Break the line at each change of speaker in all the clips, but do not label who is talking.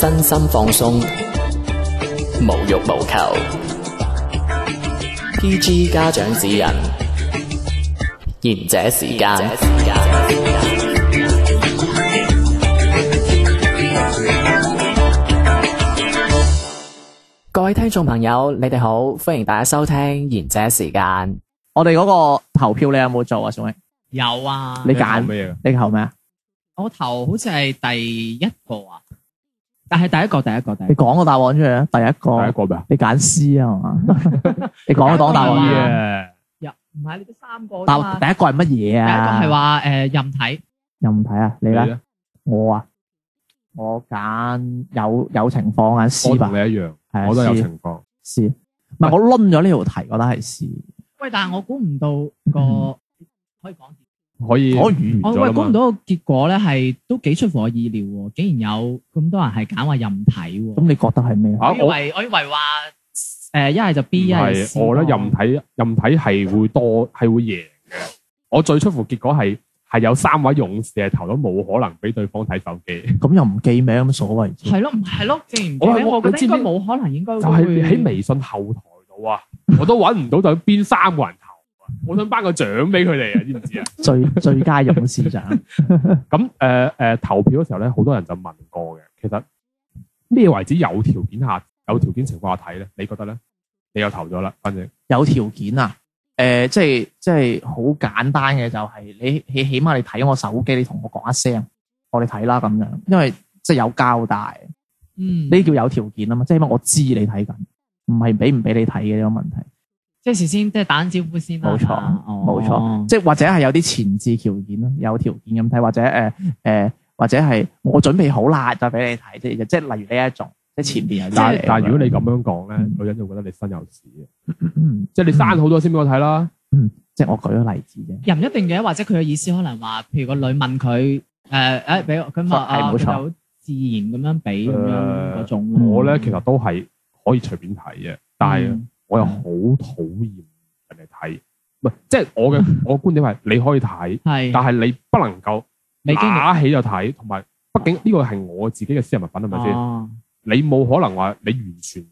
身心放鬆，無欲無求。PG 家長指引，賢者時間。各位聽眾朋友，你哋好，歡迎大家收聽賢者時間。
我哋嗰個投票你有冇做啊？宋永，
有啊，
你揀
咩嘢？
你投咩啊？
我頭好似係第一個啊，但係第一個第一個第一
你
個
講個答案出嚟啊！第一
第一
個，
個咩？
你揀 C 啊係嘛？ 你講個檔 答
我
案啊！
啊，
入唔係你得三個啫嘛
答第一個係乜嘢
第一個
啊？
係話誒任睇，
又唔睇啊？你
你
咧？
咧？
我啊，我揀有有情況揀 C
我
吧
同你，一樣，
係啊
我都有
C
情況。
C。唔係我抡咗呢條題，覺得係 C。
喂，但係我估唔到個可以講，
可以
我
預
我
咗
喂
啦
估唔
嘛。
到個結果咧係都幾出乎我意料喎，竟然有咁多人係揀話任睇
咁
喎，
你覺得係咩啊？
啊
我以
我
為我以為話誒一係就 B 一係就 C
係，我咧任睇任睇係會多係會贏嘅。我最出乎結果係係有三位勇士係投咗冇可能俾對方睇手機，
咁又唔記名，有乜所謂啫？
係咯，唔係咯，既然唔記
我
得
係
我覺
你
得
知
應
唔
該
知
冇可能應該
就係
會
喺微信後台度啊，我都揾唔到就邊三個人投啊。我想頒個獎俾佢哋啊，知唔知啊？
最 最佳勇士獎
咁誒誒投票嘅時候咧，好多人就問過嘅。其實咩為止有條件下有條件情況下睇咧？你覺得咧？你又投咗啦，反正
有條件啊！誒、即係即係好簡單嘅，就係你起起碼你睇我手機，你同我講一聲，我哋睇啦咁樣，因為即係有交代，
嗯
呢叫有條件啊嘛，即係起碼我知你睇緊，唔係俾唔俾你睇嘅呢個問題。
即係事先，即係打緊招呼先啦。
冇錯
啊
冇錯，即係或者係有啲前置條件咯，有條件咁睇，或者誒誒、呃或者係我準備好啦，就俾你睇，即係即係例如呢一種，即係前邊有啲
但
嘢
但如果你
咁
咁樣講咧
嗯，
女人就覺得你身有屎嘅，
樣，
即係你生好多先俾我睇啦。
嗯即係我舉個例子啫，
又唔一定嘅，或者佢嘅意思可能話，譬如個女問佢誒誒，俾我佢話
係
啊，
冇
佢
錯
就好自然咁樣俾咁樣
誒
嗰種咯。
我咧其實都係可以隨便睇嘅，但係
嗯
我又好討厭人哋睇，唔係即係我嘅我嘅觀點係你可以睇，
係
但係你不能夠
未經歷
拿起就睇，同埋畢竟呢個係我自己嘅私人物品係咪先？
哦
你冇可能話你完全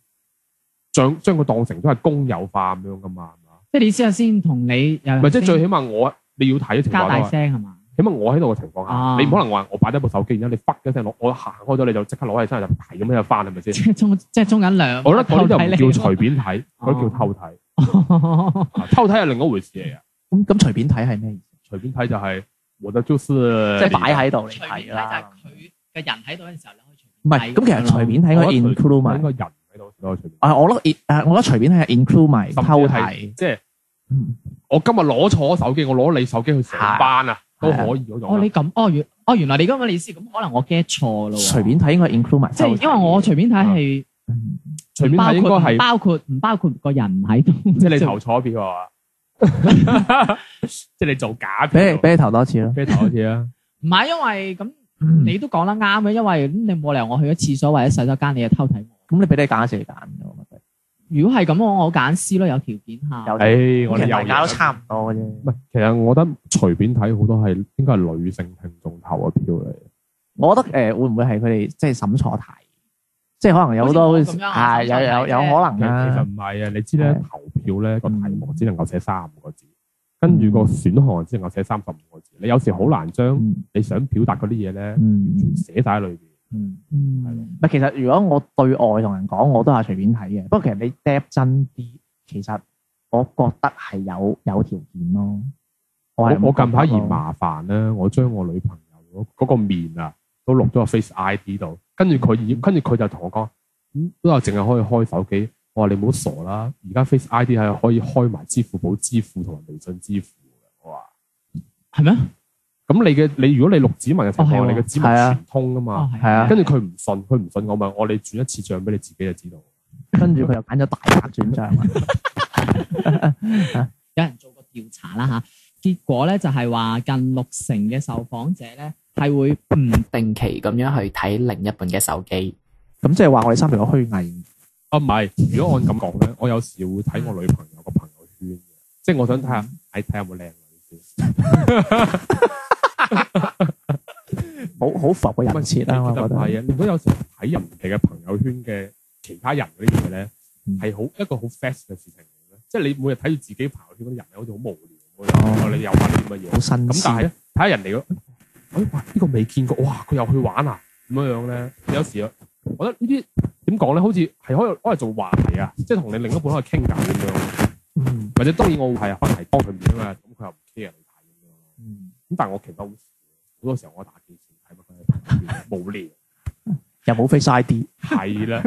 將將佢當成都係公有化咁樣噶嘛？係嘛
即係你意思係先同你又
唔係即係最起碼我你要睇嘅情
嗯加
況都
大
係
聲係嘛？
起碼我喺度嘅情況下，
啊
你唔可能話我擺低部手機，然之後你忽一聲攞，我行開咗你就即刻攞起身就係咁樣就翻係 咪
即
先？
係中即係中緊兩。
我覺得嗰啲就唔叫
偷睇
隨便睇，
哦
嗰啲叫偷睇。
你
啊偷睇係另一回事嚟啊！
咁咁隨便睇係咩意思？
隨便睇就係我就就是
即係擺喺度你
隨
睇
便睇
啦，
就係佢嘅人喺度嘅時候，你可以隨
唔
便
係
睇
咁其
樣咯
實隨便睇應該
我覺得隨
include
應
埋
該，人喺度先可以隨便。
啊我覺得 in- 誒我覺得隨便睇係 include 埋
甚至
偷
係
睇，
即係
嗯
我今日攞錯手機，我攞你手機去成班啊
係
都
係啊
可以嗰
哦，
種
你
啊。
咁哦原哦原來你咁嘅意思，咁可能我 get 錯咯喎。
隨便睇應該 include 埋
即
偷睇，
係因為我隨便睇係。
嗯
隨便睇應該係
包括唔包括個人唔喺度，
即係你投錯票啊！ 即係你做假票
俾你，俾你投多次咯，嗯
俾你投一次 啊！
唔係因為咁你都講得啱嘅，因為咁你冇理由我去咗廁所或者洗手間，你就偷睇我。
咁你俾你揀一次你揀，我覺得
如果係咁，我我揀 C 咯，有條件下。
有
誒，我
其
哋
實
又
大家都
贏
差唔多嘅啫。
唔係，其實我覺得隨便睇好多係應該係女性聽眾投嘅票嚟。
我覺得誒、呃、會唔會係佢哋即係審錯題，即係可能有好多
好似
好
我咁
似
樣
啊有有有
審錯題
可能
其實
啦，
唔係啊，你知咧
係
投票咧個題目只能夠寫三個字，
嗯
跟住個選項只能夠寫三十五個字。你有時好難將
嗯
你想表達嗰啲嘢咧
嗯
寫晒喺裏邊。
嗯，
嗯，
唔係其實如果我對外同人講，我都係隨便睇嘅。不過其實你 d 真啲，其實我覺得係有有條件咯。我係
我我
咁
近排
覺
啊
得
嫌
咯，
麻煩咧，我將我女朋友嗰嗰個面啊都錄咗個 Face ID 度，跟住佢要，跟住佢就同我講，嗯，都話淨係可以開手機。我話你唔好傻啦，而家 Face ID 係可以開埋支付寶支付同埋微信支付嘅。我話。
係咩？
咁你嘅你如果你錄指紋嘅情
哦係
況，
喎
你嘅指紋
係啊
全通噶嘛？
哦
係啊
跟住佢唔信，佢唔信我咪我哋轉一次帳俾你自己就知道。
跟住佢又揀咗大白轉帳啊啦。
有人做過調查啦吓，結果咧就係話近六成嘅受訪者咧係會唔
定期咁樣去睇另一半嘅手機。
咁即係話我哋三條友虛偽，
啊，唔係，如果按咁講咧，我有時會睇我女朋友個朋友圈嘅，即係我想睇
嗯
下，睇睇有冇靚女先。
好好浮嘅人設啦，我
其實
覺
唔
得。
係啊，如果有時睇人哋嘅朋友圈嘅其他人嗰啲嘢咧，
嗯
係好一個好 fast 嘅事情嚟嘅，即係你每日睇住自己朋友圈嗰啲人，好似好無聊咁樣，然哦後你又話啲咁嘅
哦好
嘢。
新
咁但係
鮮。
咧，睇下人哋嗰，哎哇呢個未見過，哇佢又去玩啊咁樣樣咧，有時啊我覺得呢啲點講咧，好似係可以攞嚟做話題啊，即係同你另一半可以傾偈咁樣，
嗯
或者當然我係可能係幫佢面啊嘛，咁佢又唔 care 你睇咁樣咯。
嗯
咁但係我其實好少好多時候我打機前睇乜佢無聊。
又冇 Face ID。
係啦，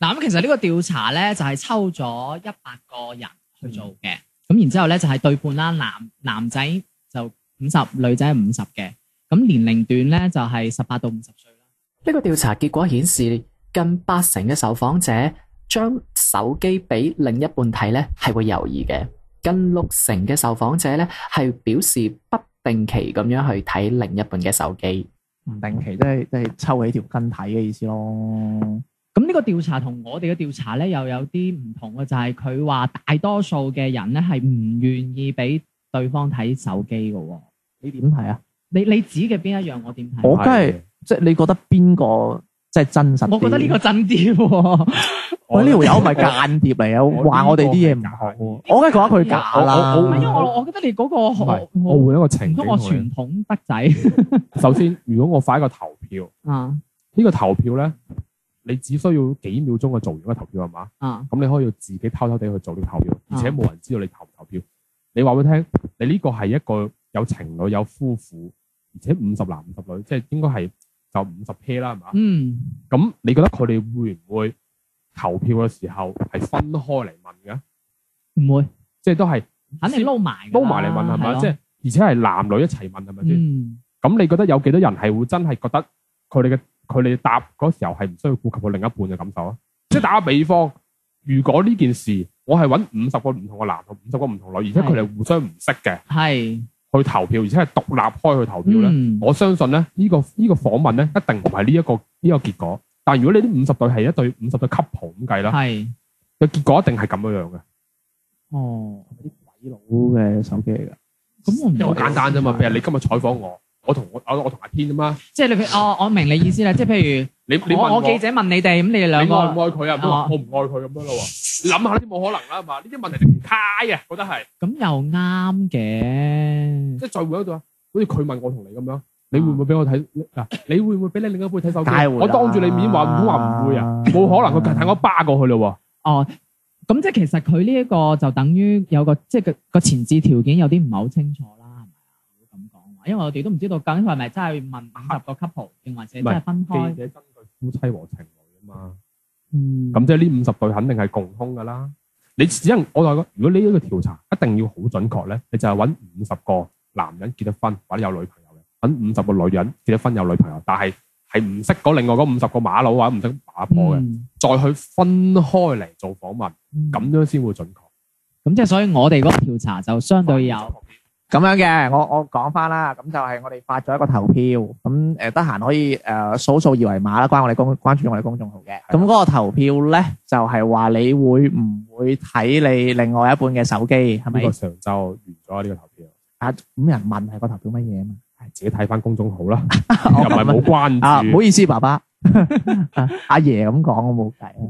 嗱，咁其實呢個調查咧就係抽咗一百個人去做嘅，咁、然之後咧就係對半啦，男男仔就五十，女仔五十嘅，咁年齡段咧就係十八到五十歲啦。
呢個調查結果顯示，近八成嘅受訪者將手機俾另一半睇咧係會猶豫嘅，近六成嘅受訪者咧係表示不定期咁樣去睇另一半嘅手機。
唔定期即係即係抽起條筋睇嘅意思咯。
咁呢個調查同我哋嘅調查咧又有啲唔同嘅，就係佢話大多數嘅人咧係唔願意俾對方睇手機嘅喎。
你點睇啊？
你你指嘅邊一樣？我點睇？
我梗係即係你覺得邊個即係真實啲？
我覺得呢個真啲喎，
喂呢條友咪
我
間諜嚟
我
啊！話我哋啲嘢唔
呢個係假嘅，
好我梗係覺得佢假啦。
啊我
唔係因為我我覺得你嗰個
唔係
好
我換一個
唔
情景
通我
同你
傳統德 仔
首先，如果我發一個投票，
啊
呢、個投票咧，你只需要幾秒鐘嘅做完嗰個投票係嘛？
啊
咁你可以自己偷偷地去做呢個投票，而且
啊
冇人知道你投唔投票。你話俾佢聽，你呢個係一個有情侶、有夫婦，而且五十男五十女，即係應該係就五十 pair 啦，係嘛？
嗯。
咁你覺得佢哋會唔會投票嘅時候係分開嚟問嘅？
唔會，
即係都係
肯定撈埋㗎啦
撈埋嚟問係
啊係
嘛？
咯
即係而且係男女一齊問係咪先？
嗯，
咁你覺得有幾多人係會真係覺得佢哋嘅佢哋答嗰時候係唔需要顧及佢另一半嘅感受啊？即係打個比方，如果呢件事我係揾五十個唔同嘅男同五十個唔同女，而且佢哋互相唔識嘅
係
去投票，而且係獨立開去投票咧，
嗯
我相信咧呢、個呢、個訪問咧一定唔係呢一個呢、個結果。但係如果你啲五十對係一對五十對 couple 咁計啦，
係
個結果一定係咁樣樣嘅，
哦，係咪啲鬼佬嘅手機嚟㗎。
咁我唔
因為好簡單啫嘛。譬如你今日採訪我，我同我我我同阿天啫嘛，
即係你譬如哦，我明你意思啦，即係譬
你你
如
問
我我記者問你哋，咁你哋兩
你愛唔
個
愛佢啊？唔好話
啊
我唔愛佢咁樣咯喎，諗下呢啲冇可能啦係嘛？呢啲問題唔開啊，覺得係
咁又啱嘅，
即係再會嗰度啊，好似佢問我同你咁
啊
樣，你會唔會俾我睇嗱？你會唔會俾你另一半睇手機
梗係
啊？
會啦
我當住你面話唔好話唔會啊，冇可能佢近睇我巴過去咯
哦。咁即係其實佢呢一個就等於有個即係個個前置條件有啲唔係好清楚啦，係咪啊？如果咁講話，因為我哋都唔知道究竟佢係咪真係問五十個 couple，定還是真係分
喎。記
開？
者針對夫妻和情侶啊嘛，
嗯，
咁即係呢五十對肯定係共通噶啦。你只能我話如果呢一個調查一定要好準確咧，你就係揾五十個男人結咗婚或者有女朋友嘅，揾五十個女人結咗婚有女朋友，但係係唔識嗰另外嗰五十個馬佬或者唔識馬婆嘅。
嗯
再去分開嚟做訪問，
嗯
咁樣先會準確。
咁即係所以我哋嗰個調查就相對有
咁樣嘅，我我講翻啦，咁就係我哋發咗一個投票，咁誒得閒可以誒掃掃二維碼啦，關我哋公關注我哋公眾號嘅。咁嗰個投票咧就係話你會唔會睇你另外一半嘅手機係
呢
咪
個？上晝完咗呢個投票，
啊，咁人問係個投票乜嘢啊嘛？
唉自己睇翻公眾號啦，又唔係冇
啊，
關
唔
注
好。意思， 爸爸，啊阿爺咁講我冇計啊。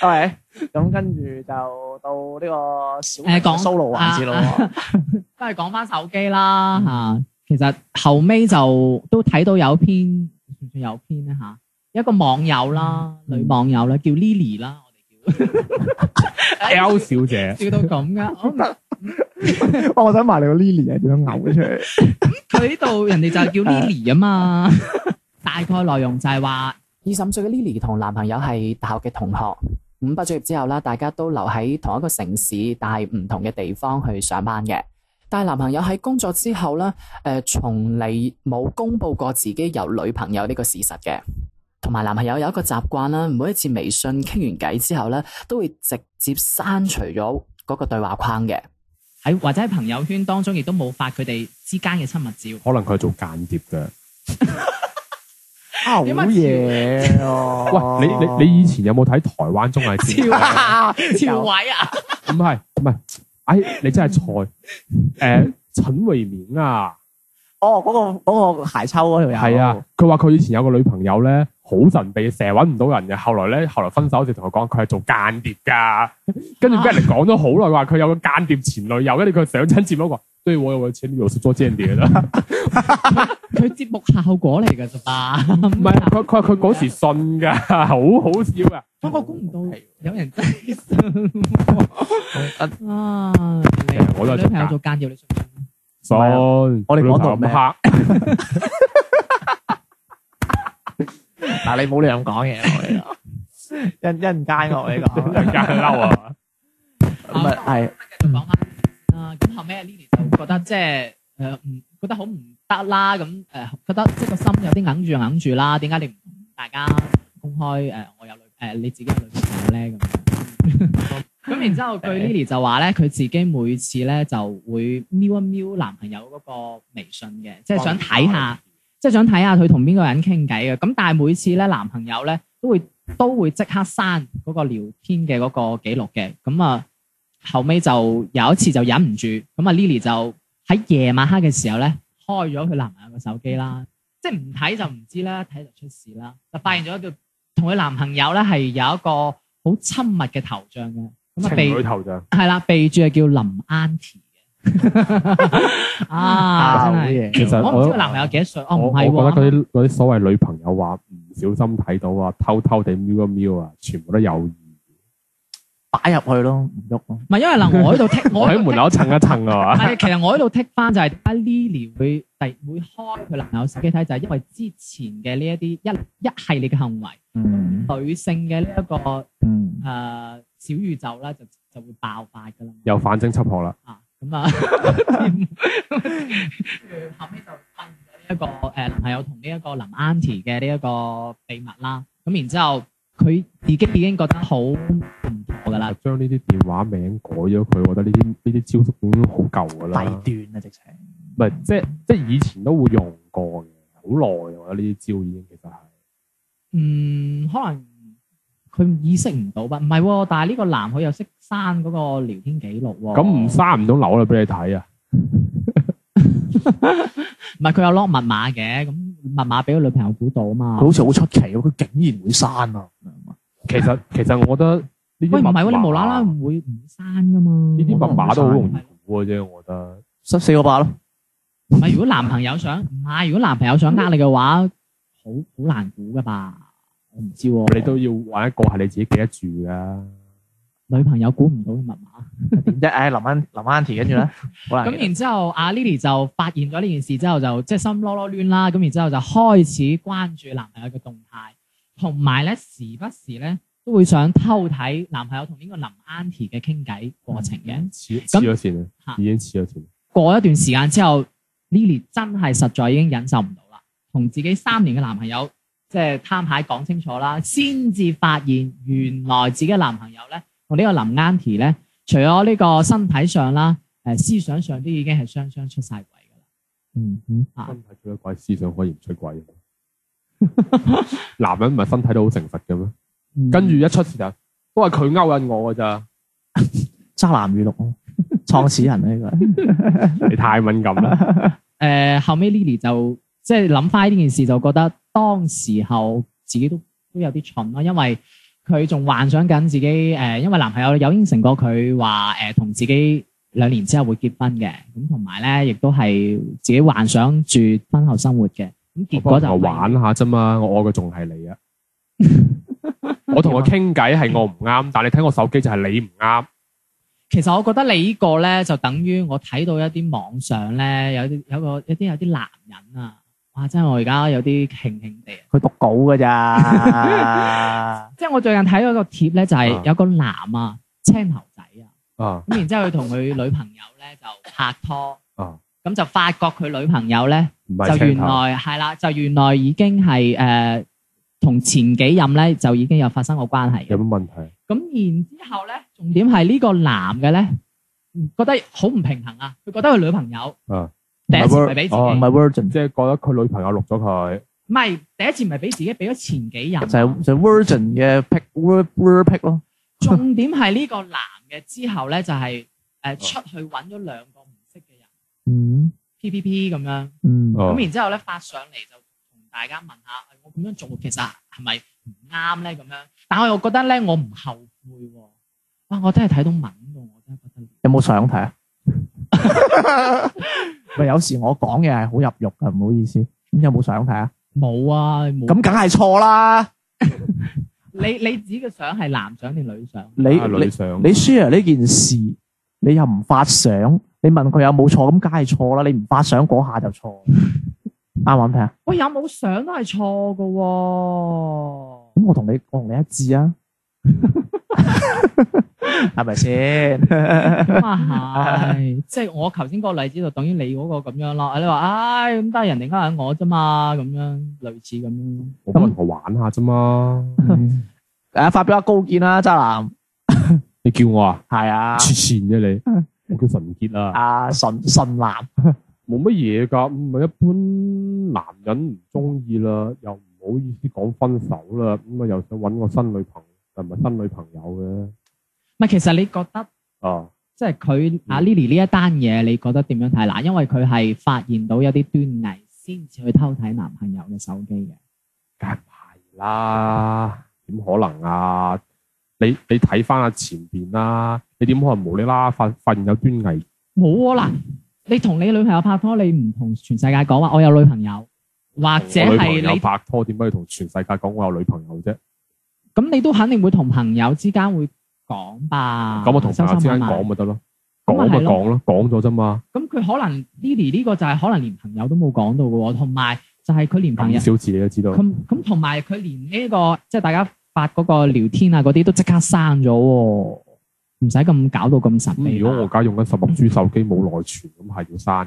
OK，咁跟住就到呢個小
誒講
solo 環節咯。
都係講翻手機啦嚇、其實後尾就都睇到有篇算唔算有篇咧嚇、一個網友啦，
嗯
女網友啦，叫 Lily 啦，我哋
L 小姐，
叫笑到咁噶。我唔
哇我想埋你個 Lily 係點樣嘔出嚟？
佢呢度人哋就 叫 Lily 啊嘛，大概內容就係話
二十五歲嘅 Lily 同男朋友係大學嘅同學，五畢咗業之後啦，大家都留喺同一個城市，但係唔同嘅地方去上班嘅。但係男朋友喺工作之後呢，誒、從嚟冇公佈過自己有女朋友呢個事實嘅。同埋男朋友有一個習慣啦，每一次微信傾完偈之後呢，都會直接刪除咗嗰個對話框嘅。
喺或者喺朋友圈當中亦都冇發佢哋之間嘅親密 照。
可能佢係做間諜嘅。
好嘢哦！
喂，你你你以 前有冇睇台灣綜藝節目？
朝偉啊，
唔係唔係，唉，你真係菜。誒，陳慧敏啊，
哦，嗰、個嗰、個鞋抽嗰條友。
係啊，佢話佢以前有個女朋友咧，好神秘，成日揾唔到人嘅。後來咧，後來分手時同佢講，佢係做間諜㗎。 跟住俾人哋講咗好耐，話佢有個間諜前女友，跟住佢上親節目講，對我有前女友是做間諜啦。
佢節目效果嚟㗎咋吧？
唔係，佢佢佢嗰時信㗎，好好笑啊！
不過估唔到
係
有人真係信喎 啊！
其實我都係
你女朋友做間諜，你信唔信？
信我
哋講到
到
咩
黑。
嗱，你冇亂咁講嘢，我哋講一一陣間我哋
突然
講，
間嬲啊！
唔係係
繼續講翻啦。咁後尾 Lily 就覺得即係誒唔覺得好唔得啦，咁誒覺得即係個心有啲硬住又硬住啦。點解你唔同大家公開誒我有女誒你自己有女朋友咧咁樣？咁然之後，據 Lily 就話咧，佢自己每次咧就會瞄一瞄男朋友嗰個微信嘅，即係想睇下，即係想睇下佢同邊個人傾偈嘅。咁但係每次咧，男朋友咧都會都會即刻刪嗰個聊天嘅嗰個記錄嘅。咁啊，後尾就有一次就忍唔住，咁啊 Lily 就喺夜晚黑嘅時候咧，開咗佢男朋友嘅手機啦，即係唔睇就唔知啦，睇就出事啦，就發現咗佢同佢男朋友咧係有一個好親密嘅頭像嘅，咁啊
情
被
侶頭像，
係啦，備註係叫林 Auntie 嘅， 啊真係，
其實
我唔知佢男朋友幾多歲，哦
我
唔
我
係
覺
喎，
得嗰啲嗰啲所謂女朋友話唔小心睇到啊，偷偷地瞄一瞄啊，全部都有意。
擺入去咯，唔喐咯。
唔係因為嗱，我喺度剔，
我
我
喺門口蹭一蹭啊 嘛。
係，其實我喺度剔翻就係阿 Lily 會第會開佢男朋友手機睇，就係因為之前嘅呢一啲一一系列嘅行為，
嗯
女性嘅呢一個誒、
嗯，
呃小宇宙啦，就就會爆發㗎啦嘛。
又反偵緝學啦，
啊，咁啊，跟住後尾就發現咗呢一個誒男朋友同呢一個林 Auntie 嘅呢一個秘密啦。咁然之後，佢自己已經覺得好唔妥㗎啦。
將呢啲電話名改咗佢，我覺得呢啲呢啲招式已經好舊噶
低
啦。
端啊，直情。
唔係即係即係以前都會用過嘅，好耐我覺得呢啲招已經其實係。
嗯，可能佢意識唔到吧？唔係喎，但係呢個男佢又識刪嗰個聊天記錄喎。
咁唔刪唔到樓啦，俾你睇啊！
唔係佢有 lock 密碼嘅，咁密碼俾個女朋友估到啊嘛
佢。好似好出奇喎，佢竟然會刪啊！
其實其實我覺得呢啲
喂，唔
密
係喎，你
碼
無啦啦唔會唔刪噶嘛？
呢啲密碼都好容
係
易估嘅啫，我覺得。
十四個八咯，
唔係，如果男朋友想唔係，如果男朋友想呃你嘅話，好好難估噶吧？我唔知喎，
你都要揾一個係你自己記得住噶。
女朋友估唔到嘅密碼。
點啫？唉，林安林安 T，跟住咧，好難
咁
嘅。
然之後，阿 Lily 就發現咗呢件事之後，就即係心囉囉攣啦。咁然之後就開始關注男朋友嘅動態，同埋咧時不時咧都會想偷睇男朋友同呢個林 Auntie 嘅傾偈過程嘅。
黐黐咗線
嚇
啊！已經黐咗線。
過一段時間之後，Lily 真係實在已經忍受唔到啦，同自己三年嘅男朋友即係攤牌講清楚啦，先至發現原來自己嘅男朋友咧同呢個林 Auntie 咧，除咗呢個身體上啦，誒、思想上都已經係雙雙出晒軌㗎啦。
嗯嗯，
啊
身體出咗軌，思想可以唔出軌嘅。啊男人唔係身體都好誠實嘅咩？跟住一出事就都係佢勾引我㗎 咋。
渣男語錄咯， 創始人呢個。
你太敏感啦。
誒、呃後尾 Lily 就即係諗翻呢件事，就覺得當時候自己都都有啲蠢咯，因為佢仲幻想緊自己誒、因為男朋友有應承過佢話誒同自己兩年之後會結婚嘅，咁同埋咧亦都係自己幻想住婚後生活嘅，咁結果就
我玩下啫嘛，我愛嘅仲係你 啊！我同佢傾偈係我唔啱，但你睇我手機就係你唔啱。
其實我覺得你呢個咧就等於我睇到一啲網上咧有啲有個有啲有啲男人啊，哇！真係我而家有啲興興地啊〜？
佢讀稿㗎咋
即係我最近睇到一個貼咧，就
啊
係有個男啊，青頭仔啊，
啊
咁然之後佢同佢女朋友咧就拍拖，
啊，
咁就發覺佢女朋友咧
唔
就
係
原
青頭。
來係啦，就原來已經係誒同前幾任咧就已經有發生過關係
有
嘅。
乜問題？
咁然之後咧，重點係呢個男嘅咧覺得好唔平衡啊，佢覺得佢女朋友
啊
第一次唔
唔係
係俾自己，
哦
唔係 Virgin，
即係覺得佢女朋友錄咗佢，
唔係第一次唔係俾自己，俾咗前幾任啊。
就係就係 Virgin 嘅 pick Vir Vir pick 咯。
重點係呢個男嘅之後咧，就係、誒、出去揾咗兩個唔識嘅人，
哦嗯，
PPP 咁樣。
嗯，
哦
咁然之後咧發上嚟就同大家問下，哎我咁樣做其實係咪唔啱咧？咁樣，但我又覺得咧，我唔後悔喎。哇！我真係睇到文喎，我真係覺得。
有冇相 睇啊？喂，有時我講嘢係好入肉噶，唔好意思。咁有冇相睇啊？
冇啊，冇。
咁梗係錯啦！
你你指嘅相係男相定女相？
你
啊
你
女相
你 share 呢件事，你又唔發相，你問佢有冇錯，咁梗係錯啦。你唔發相嗰下就錯，啱唔啱睇啊？
喂，有冇相都係錯嘅喎。
咁我同你我同你一致啊，係咪先？
咁啊係，即係我頭先個例子就等於你嗰個咁樣咯。你話唉咁，但係人哋呃緊我啫嘛，咁樣類似咁樣咯。
我幫同我玩下啫嘛。
誒，發表下高見啦，渣男。
你叫我啊，
係啊，
黐線啫你，我叫神傑啊，
啊純純男，
冇乜嘢㗎，唔係一般男人唔中意啦，又唔好意思講分手啦，咁啊又想揾個新女朋友，唔係新女朋友嘅，
唔係，其實你覺得？
啊，
即係佢阿
嗯
Lily 呢一單嘢，你覺得點樣睇？嗱，因為佢係發現到有啲端倪，先至去偷睇男朋友嘅手機嘅。
梗係啦，點可能啊？你你睇翻下前邊啦，你點可能無理啦啦發發現有端倪？
冇
嗯
啊，嗱，你同你女朋友拍拖，你唔同全世界講話我有女朋友，或者
哦我女朋
係
友
你
拍拖，點解要同全世界講我有女朋友啫？
咁，你都肯定會同朋友之間會講吧？
咁我同朋友之
收收埋
間
埋
講。咪得咯，
咁
講
咪
咪
係咯
講咯，講咗啫嘛，
咁佢可能 Lily 呢個就係可能連朋友都冇講到嘅喎，同埋就係佢連朋
咁
友
少字你都知道。
咁咁，同埋佢連呢、個即係大家發嗰個聊天啊嗰啲都即刻刪咗喎，唔使咁搞到咁神秘
嗯
咁如
吧。
果我而家用緊十六 G 手機冇內存，咁係要刪㗎。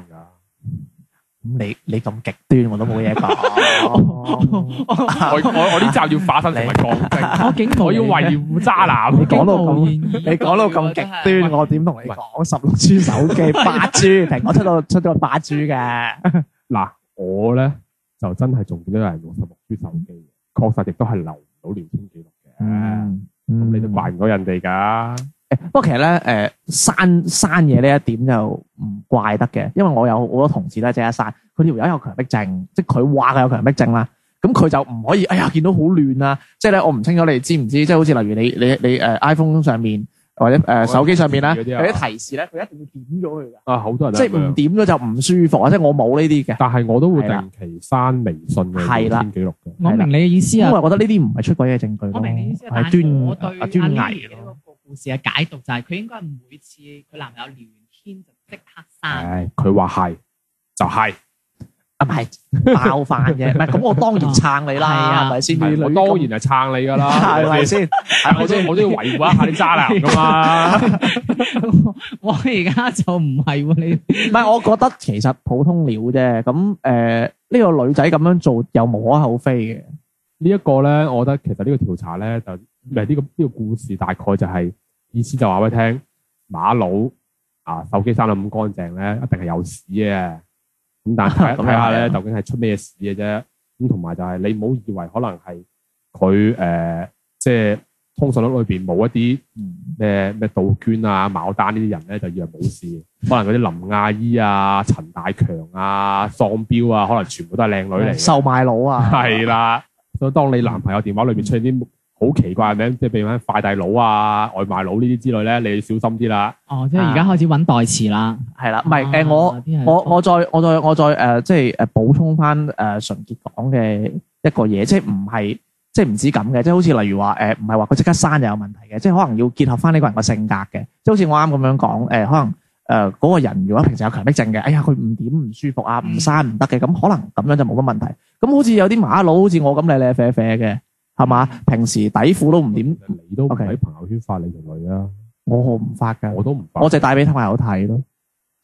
你你咁極端我都冇嘢講，
我我我呢集要化身
成為
鋼精，
啊我竟無
我要維護渣男。
你講到咁
你
你講到咁極端，我點同你講？十六 G 手機八 G，停，我出到出咗八 G 嘅，
嗱，我咧就真係仲見到有人用十六 G 手機嘅，確實亦都係留唔到聊天記錄嘅。咁
咁
你都怪唔到人哋㗎。
不過其實呃咧，誒刪刪嘢呢一點就唔怪得嘅，因為我有好多同事咧，即係一刪，佢條友有強迫症，即係佢話佢有強迫症啦。咁佢就唔可以，哎呀，見到好亂啊！即係咧，我唔清楚你哋知唔知？即係好似例如你你你誒 iPhone 上面或者誒手機上面咧，
嗰啲
有
啊
啲提示咧，佢一定要點咗佢㗎，
啊，好多人都
即
係
係唔
咁樣，
點咗就唔舒服啊！即係我冇呢啲嘅，
但係我都會
係啦
定期刪微信嘅聊天記錄嘅。
我明你嘅意思
因為
啊，
我覺得呢啲唔係出軌嘅證據咯，
我明你嘅意思啊，但係
係
我
端
對
啊
阿
端
Lily
倪
嘅
咯。
個故事嘅解讀就係佢應該係每次佢男朋友聊完天就即刻
啊
刪。
唉，佢話係就係，
啊，唔係爆飯嘅，唔係咁我當然撐你
係
啦，
啊
係咪先？
係
你
我
女
當
咁
然係撐你㗎啦，
係
係咪
咪
先？
先？
係我都我都要維護一下啲渣男㗎嘛。
我而家就唔係喎，你
唔係，我覺得其實普通料啫。咁誒，呢個女仔咁樣做又無可厚非嘅。
呢一個咧，我覺得其實呢個調查咧，就唔係呢個呢、個故事大概就係、意思就話俾你聽，馬佬啊手機生得咁乾淨咧，一定係有屎嘅。咁但係睇
咁又係
睇下咧，
啊
究竟係出咩屎嘅啫。咁同埋就係你唔好以為可能係佢誒，即係通訊錄裏邊冇一啲嗯咩咩杜鹃啊、牡丹呢啲人咧，就以為冇事。可能嗰啲林亞依啊、陳大強啊、喪彪啊，可能全部都係靚女嚟嘅。
售賣佬啊，
係啦，所以當你男朋友電話裏面出現啲好奇怪嘅名，即係譬如咩快遞佬啊、外賣佬呢啲之類咧，你要小心啲啦。
哦，即係而家
啊
開始揾代詞啦。
係啦，唔係誒，
啊
我
嗯
啲人
我我再我再我再誒，即係誒呃補充翻誒純潔講嘅一個嘢，即係唔係即係唔止咁嘅，即係好似例如話呃誒，唔係話佢即刻刪就有問題嘅，即係可能要結合翻呢個人個性格嘅，即係好似我啱咁樣講誒，可能。呃誒嗰、個人如果平時有強迫症嘅，哎呀佢唔點唔舒服啊，唔刪唔得嘅，咁可能咁樣就冇乜問題。咁好似有啲馬佬好似我咁咧咧啡啡嘅，係嘛？平時底褲都唔點，
你都唔
OK
喺朋友圈發你條女啊，
我唔發㗎，
我都唔發。
我就帶俾朋友睇咯。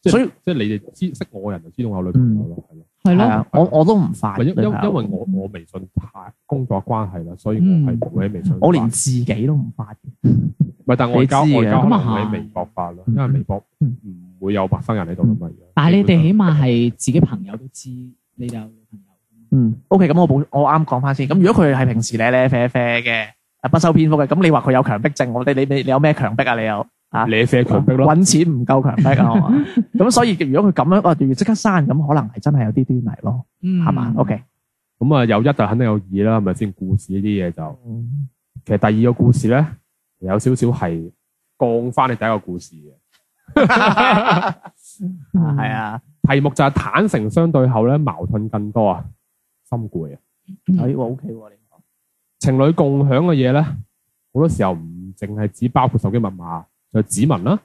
即係
所以
即係你哋知識我嘅人就知道我有女朋友咯，係咯。
係
係
咯，
啊，我我都唔發。
唔係因因
女朋友
因為我我微信太工作關係啦，所以我係唔會喺微信發。
我連自己都唔發嘅。
唔係，但我而家
你知嘅
我而家可
咁
能
啊
會
係
喺微博發咯，
嗯
因為微博
嗯
唔會有陌生人喺度㗎嘛。而家
但係你哋
基
起碼係自己朋友都知，你哋有女朋友。
嗯，OK，咁我補我啱講翻先。咁如果佢係平時咧咧啡啡嘅，啊不修邊幅嘅，咁你話佢有強迫症，我你你你你有咩強迫啊？你有嚇
你射強迫咯。
揾錢唔夠強迫啊係 嘛，咁所以如果佢咁樣，哇，要即刻刪，咁可能係真係有啲端倪咯，係
嗯
係
嘛？OK，
咁啊，有一就肯定有二啦，係咪先？故事呢啲嘢就，其實第二個故事咧，有少少係降翻你第一個故事嘅。
係啊，
題目就係坦誠相對後咧，矛盾更多啊，心攰啊。
嗯
哎，哇，OK 喎，你講
情侶共享嘅嘢咧，好多時候唔淨係只包括手機密碼，就係指紋啦。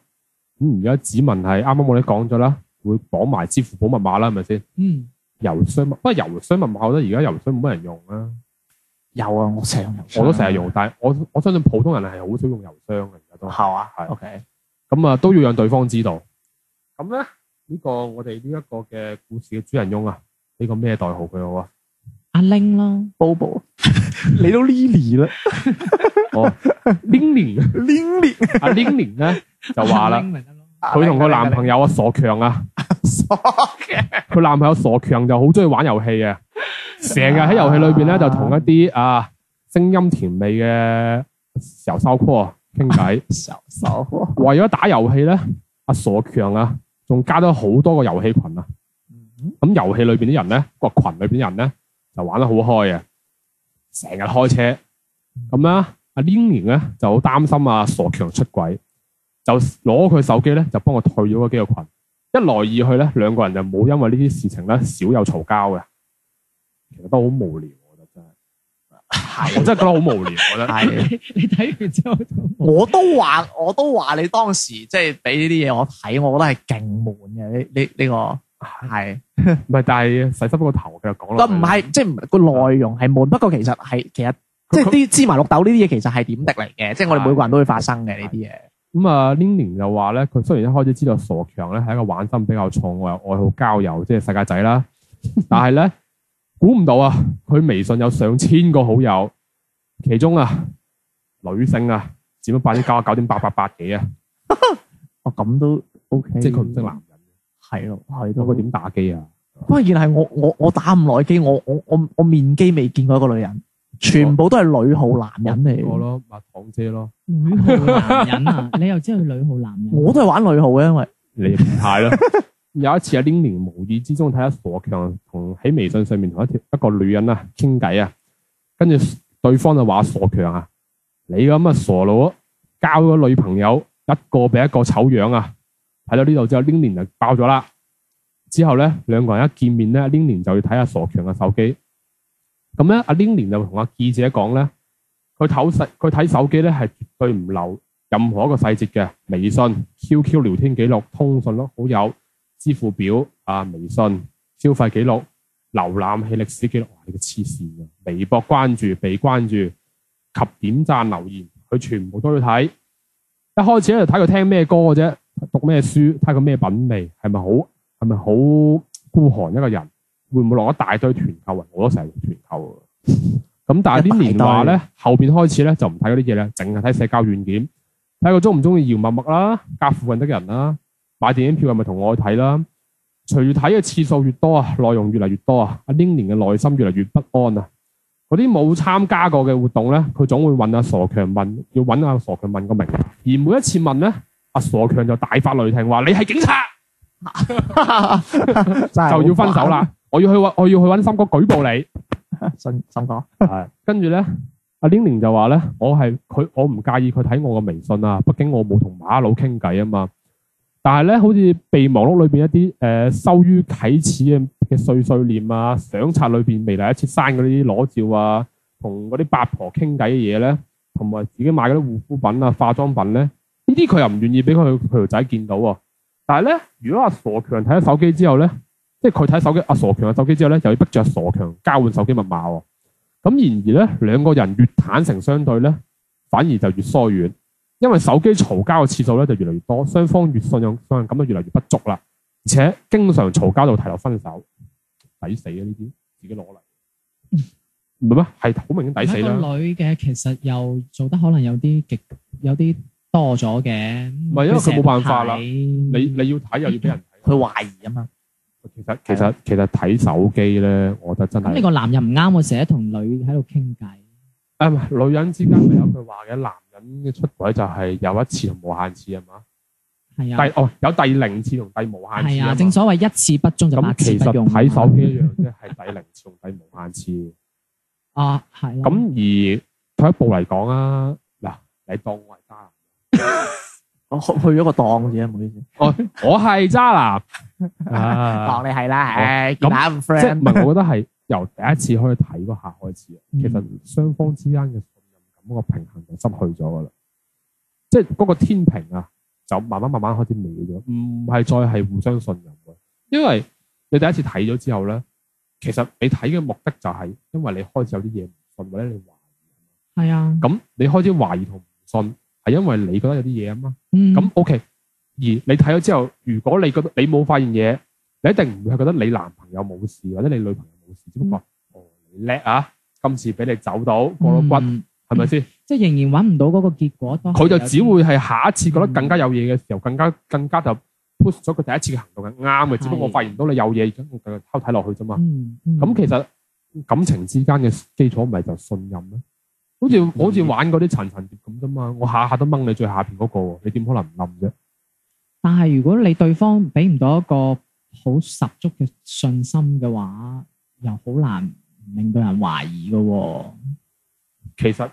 咁而家指紋係啱啱我哋講咗啦，會綁埋支付寶密碼啦，係咪先？
嗯，
郵箱密，不過郵箱密碼我覺得而家郵箱冇乜人用啦。
有啊，我成日用郵箱
我都成日用，但係我我相信普通人係好少用郵箱嘅，而家都
係嘛
係
？OK，
咁啊，都要讓對方知道。咁咧，呢、個我哋呢一個嘅故事嘅主人翁啊，呢、個咩代號佢好啊？
阿玲咯，
Bobo
你都 Lily 啦，哦，Lily
連連
啊，Lily 咧就話
阿
啦，
玲咪得咯，
佢同個男朋友啊傻強啊，
傻嘅，
佢男朋友傻強就好中意玩遊戲嘅，成日喺遊戲裏邊咧就同一啲啊聲音甜美嘅啊小騷哥傾偈。
傻傻
為咗打遊戲咧，阿傻強啊，仲加咗好多個遊戲群啊。咁遊戲裏邊啲人咧，個群裏邊啲人咧就玩得好開嘅，成日開車。咁啦，阿 Lin 咧就好擔心啊傻強出軌，就攞佢手機咧就幫我退咗嗰幾個群。一來二去咧，兩個人就冇因為呢啲事情咧少有嘈交嘅。其實都好無聊，我覺得真係， 我真係覺得好無聊，我覺得。
係。
你睇完之後就
我都話，我都話你當時即係俾呢啲嘢我睇，我覺得係勁悶嘅。呢呢呢個係，
唔係，但係洗濕個頭，佢就講啦。
但唔係即係個內容係悶，不過其實係其實
嗯
即
佢
係啲芝麻綠豆呢啲嘢其實係點滴嚟嘅，即係我哋每個人都會發生嘅呢啲嘢。
咁啊 l i n i n 就話咧，佢雖然一開始知道傻強咧係一個玩心比較重，我又愛好交友，即係世界仔 啦，但係咧估唔到啊，佢微信有上千個好友，其中啊女性啊佔咗百分之九十九點八八八幾啊，
哦，咁都 OK，
即係佢唔識男人，
係咯，
咁
係
佢
咯。
點打機啊？
關鍵係我我我打唔耐機，我我我我面基未見過一個女人，全部都係女號男人
我
嚟。
咯，抹糖姐咯，
女號男人啊，你又知佢女號男人，
我都係玩女號嘅，因為
你變態啦！ 有一次啊 l i n i n 無意之中睇下傻強同喺微信上面同一條一個女人啊傾偈啊，跟住對方就話傻強啊，你咁啊傻佬啊，交咗女朋友一個比一個醜樣啊！睇到呢度之後 l i n i n 就爆咗啦。之後咧，兩個人一見面咧 l i n i n 就要睇下傻強嘅手機。咁咧，阿 l i n i n 就同阿記者講咧，佢睇手佢睇手機咧係絕對唔留任何一個細節嘅，微信、QQ 聊天記錄、通訊錄好友、支付表啊、微信消費記錄、瀏覽器歷史記錄，哇！你個黐線嘅，微博關注、被關注及點讚留言，佢全部都要睇。一開始咧就睇佢聽咩歌嘅啫，讀咩書，睇佢咩品味，係咪好係咪好孤寒一個人？會唔會落一大堆團購啊？我都成日用團購㗎咁但係啲年話咧，後邊開始咧就唔睇嗰啲嘢啦，淨係睇社交軟件，睇佢中唔中意姚默默啦，隔附近的人啦，買電影票係咪同我去睇啦？隨住睇嘅次數越多啊，內容越嚟越多啊，阿 l i n 嘅內心越嚟越不安啊！嗰啲冇參加過嘅活動咧，佢總會問阿傻強問，要揾阿傻強問個名，而每一次問咧，阿傻強就大發雷霆話：你係警察！
就
就要分手。啦！我要去揾，我要去揾森哥舉報你。
信信講
係跟住咧，阿 Ling Ling 就話咧，我係佢，我唔介意佢睇我個微信啊，畢竟我冇同馬佬傾偈啊嘛。但係咧，好似備忘錄裏邊一啲誒、呃、羞於啟齒嘅嘅碎碎念啊，相冊裏邊未嚟一次刪嗰啲裸照啊，同嗰啲八婆傾偈嘅嘢咧，同埋自己買嗰啲護膚品啊、化妝品咧，呢啲佢又唔願意俾佢佢條仔見到喎、但係咧，如果阿傻強睇咗手機之後咧，即係佢睇手機阿傻強嘅手機之後咧，就要逼住阿傻強交換手機密碼喎、咁然而咧，兩個人越坦誠相對咧，反而就越疏遠，因為手機嘈交嘅次數咧就越嚟越多，雙方越信任信任感就越嚟越不足啦，而且經常嘈交到提落分手，抵死啊！呢啲自己攞嚟，唔係咩？係好明顯抵死
有一
啦。
個女嘅其實又做得可能有啲極有啲多咗嘅，唔
係因為佢冇辦法啦
你
你你要睇又要俾人睇，
佢懷疑啊嘛，
其實其實其實睇手機咧，我覺得真
咁你
係
個男人唔啱，我成日同女喺度傾偈，
啊，唔係女人之間咪有句話嘅，男人緊出軌就係有一次同無限次係啊嘛？
系啊，
第哦有第零次同第無限次
系啊，
嘛
正所謂一次不忠就百
咁
次
其
不啊
實
用。
睇手機一樣啫，係第零次同第無限次。
嗯啊，系啦。
咁而退一步嚟講啊，嗱，你當我係渣男，
我去去咗個檔啫，唔好意思。
我我係 渣男啊
當，你係啦，
好
唉，見
即
下咁
係唔
friend。
係？我覺得係由第一次開始睇嗰下開始，啊
嗯
其實雙方之間嘅信任感嗰個平衡就失去咗噶啦，即係嗰個天平啊，就慢慢慢慢開始歪咗，唔係再係互相信任嘅，因為你第一次睇咗之後咧，其實你睇嘅目的就係因為你開始有啲嘢唔信或者你懷疑。
系啊，
咁你開始懷疑同唔信，係因為你覺得有啲嘢啊嘛。
嗯，
咁 OK，而你睇咗之後，如果你覺得你冇發現嘢，你一定唔會係覺得你男朋友冇事或者你女朋友冇事，只不過、
嗯
哦你叻啊，今次俾你走到過咗骨，
嗯
係咪先？
即系仍然揾唔到嗰個結果。當
佢
有
就
啲嗯
只會係下一次覺得更加有嘢嘅時候，更加更加就 push 咗佢第一次嘅行動係啱嘅，只不過
係
發現到你有嘢，而家我繼續偷睇落去啫嘛。
嗯，嗯
咁其實感情之間嘅基礎咪就信任咧？好似
嗯
好似玩嗰啲層層疊咁啫嘛，我下下都掹你最下邊嗰個喎，你點可能唔冧啫？
但係如果你對方俾唔到一個好十足嘅信心嘅話，又好難令到人懷疑嘅喎。
其實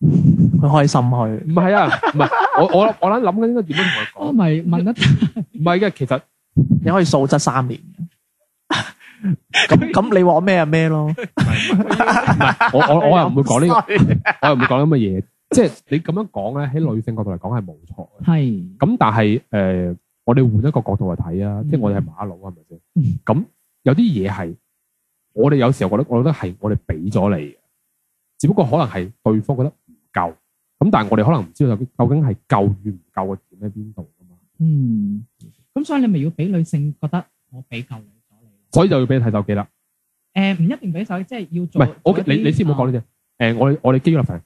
佢開心去，
唔係啊，唔係我我我諗諗緊應該點樣
我
同佢講？
咪問得
唔係嘅，其實
你可以素質三年嘅。咁咁，你話咩就咩咯？
唔係我我我又唔會講呢個，
個。
我又唔會講咁嘅嘢。即係你咁樣講咧，喺女性角度嚟講係冇錯嘅。
係
咁但係誒、呃我哋換一個角度去睇啊，
嗯
即係我哋係馬佬係咪先
嗯？
咁有啲嘢係我哋有時候覺得，我覺得係我哋俾咗你嘅，只不過可能係對方覺得唔夠，咁但係我哋可能唔知道究竟係夠與唔夠嘅點喺邊度㗎嘛，
嗯，咁所以你咪要俾女性覺得我俾夠你咗你。
所以就要俾你睇手機啦。
诶，唔一定俾手，即係要
唔
做。
係，OK，
做一啲啊
你你先唔好講呢啲。誒，我哋我哋基於立場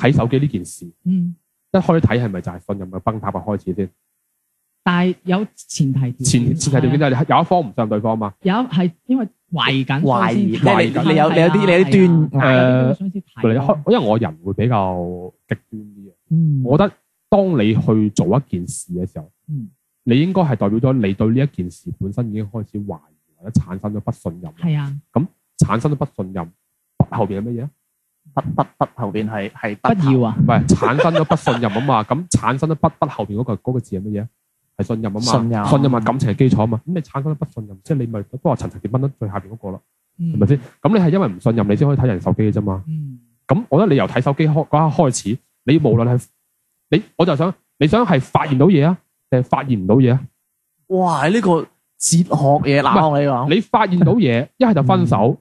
睇手機呢件事，
嗯，
一開始睇係咪就係信任嘅崩塌嘅開始
但係有前提條件
先？前前提條件就係你有一方唔信任對方嘛。
有係因為懷疑緊，
懷疑，
所以
你
先睇
你你有你有啲你
à,
有
係啊
啲端倪。
係啊
誒
所以先睇
你開
咯，
因為我人會比較極端啲嘅。
嗯，
我覺得當你去做一件事嘅時候，
嗯
你應該係代表咗你對呢一件事本身已經開始懷疑或者產生咗不信任，
係啊，
產生咗不信任，不後邊係乜嘢啊咧？
不不不，後邊係係
不要啊
唔，係產生咗不信任啊嘛，咁產生咗不不後邊嗰、個嗰個字係乜嘢咧？係信任啊嘛，
信任
信任啊感情嘅基礎啊嘛，咁你產生咗不信任，即係你咪都話層層疊掹得最下邊嗰個啦，係
係
咪先？咁你係因為唔信任，你先可以睇人手機嘅啫嘛。
嗯
咁我覺得你由睇手機開嗰刻開始，你無論係你，我就想你想係發現到嘢啊，定係發現唔到嘢啊？
哇！呢個哲學嘢嗱，我你講。
你發現到嘢，一係就分手，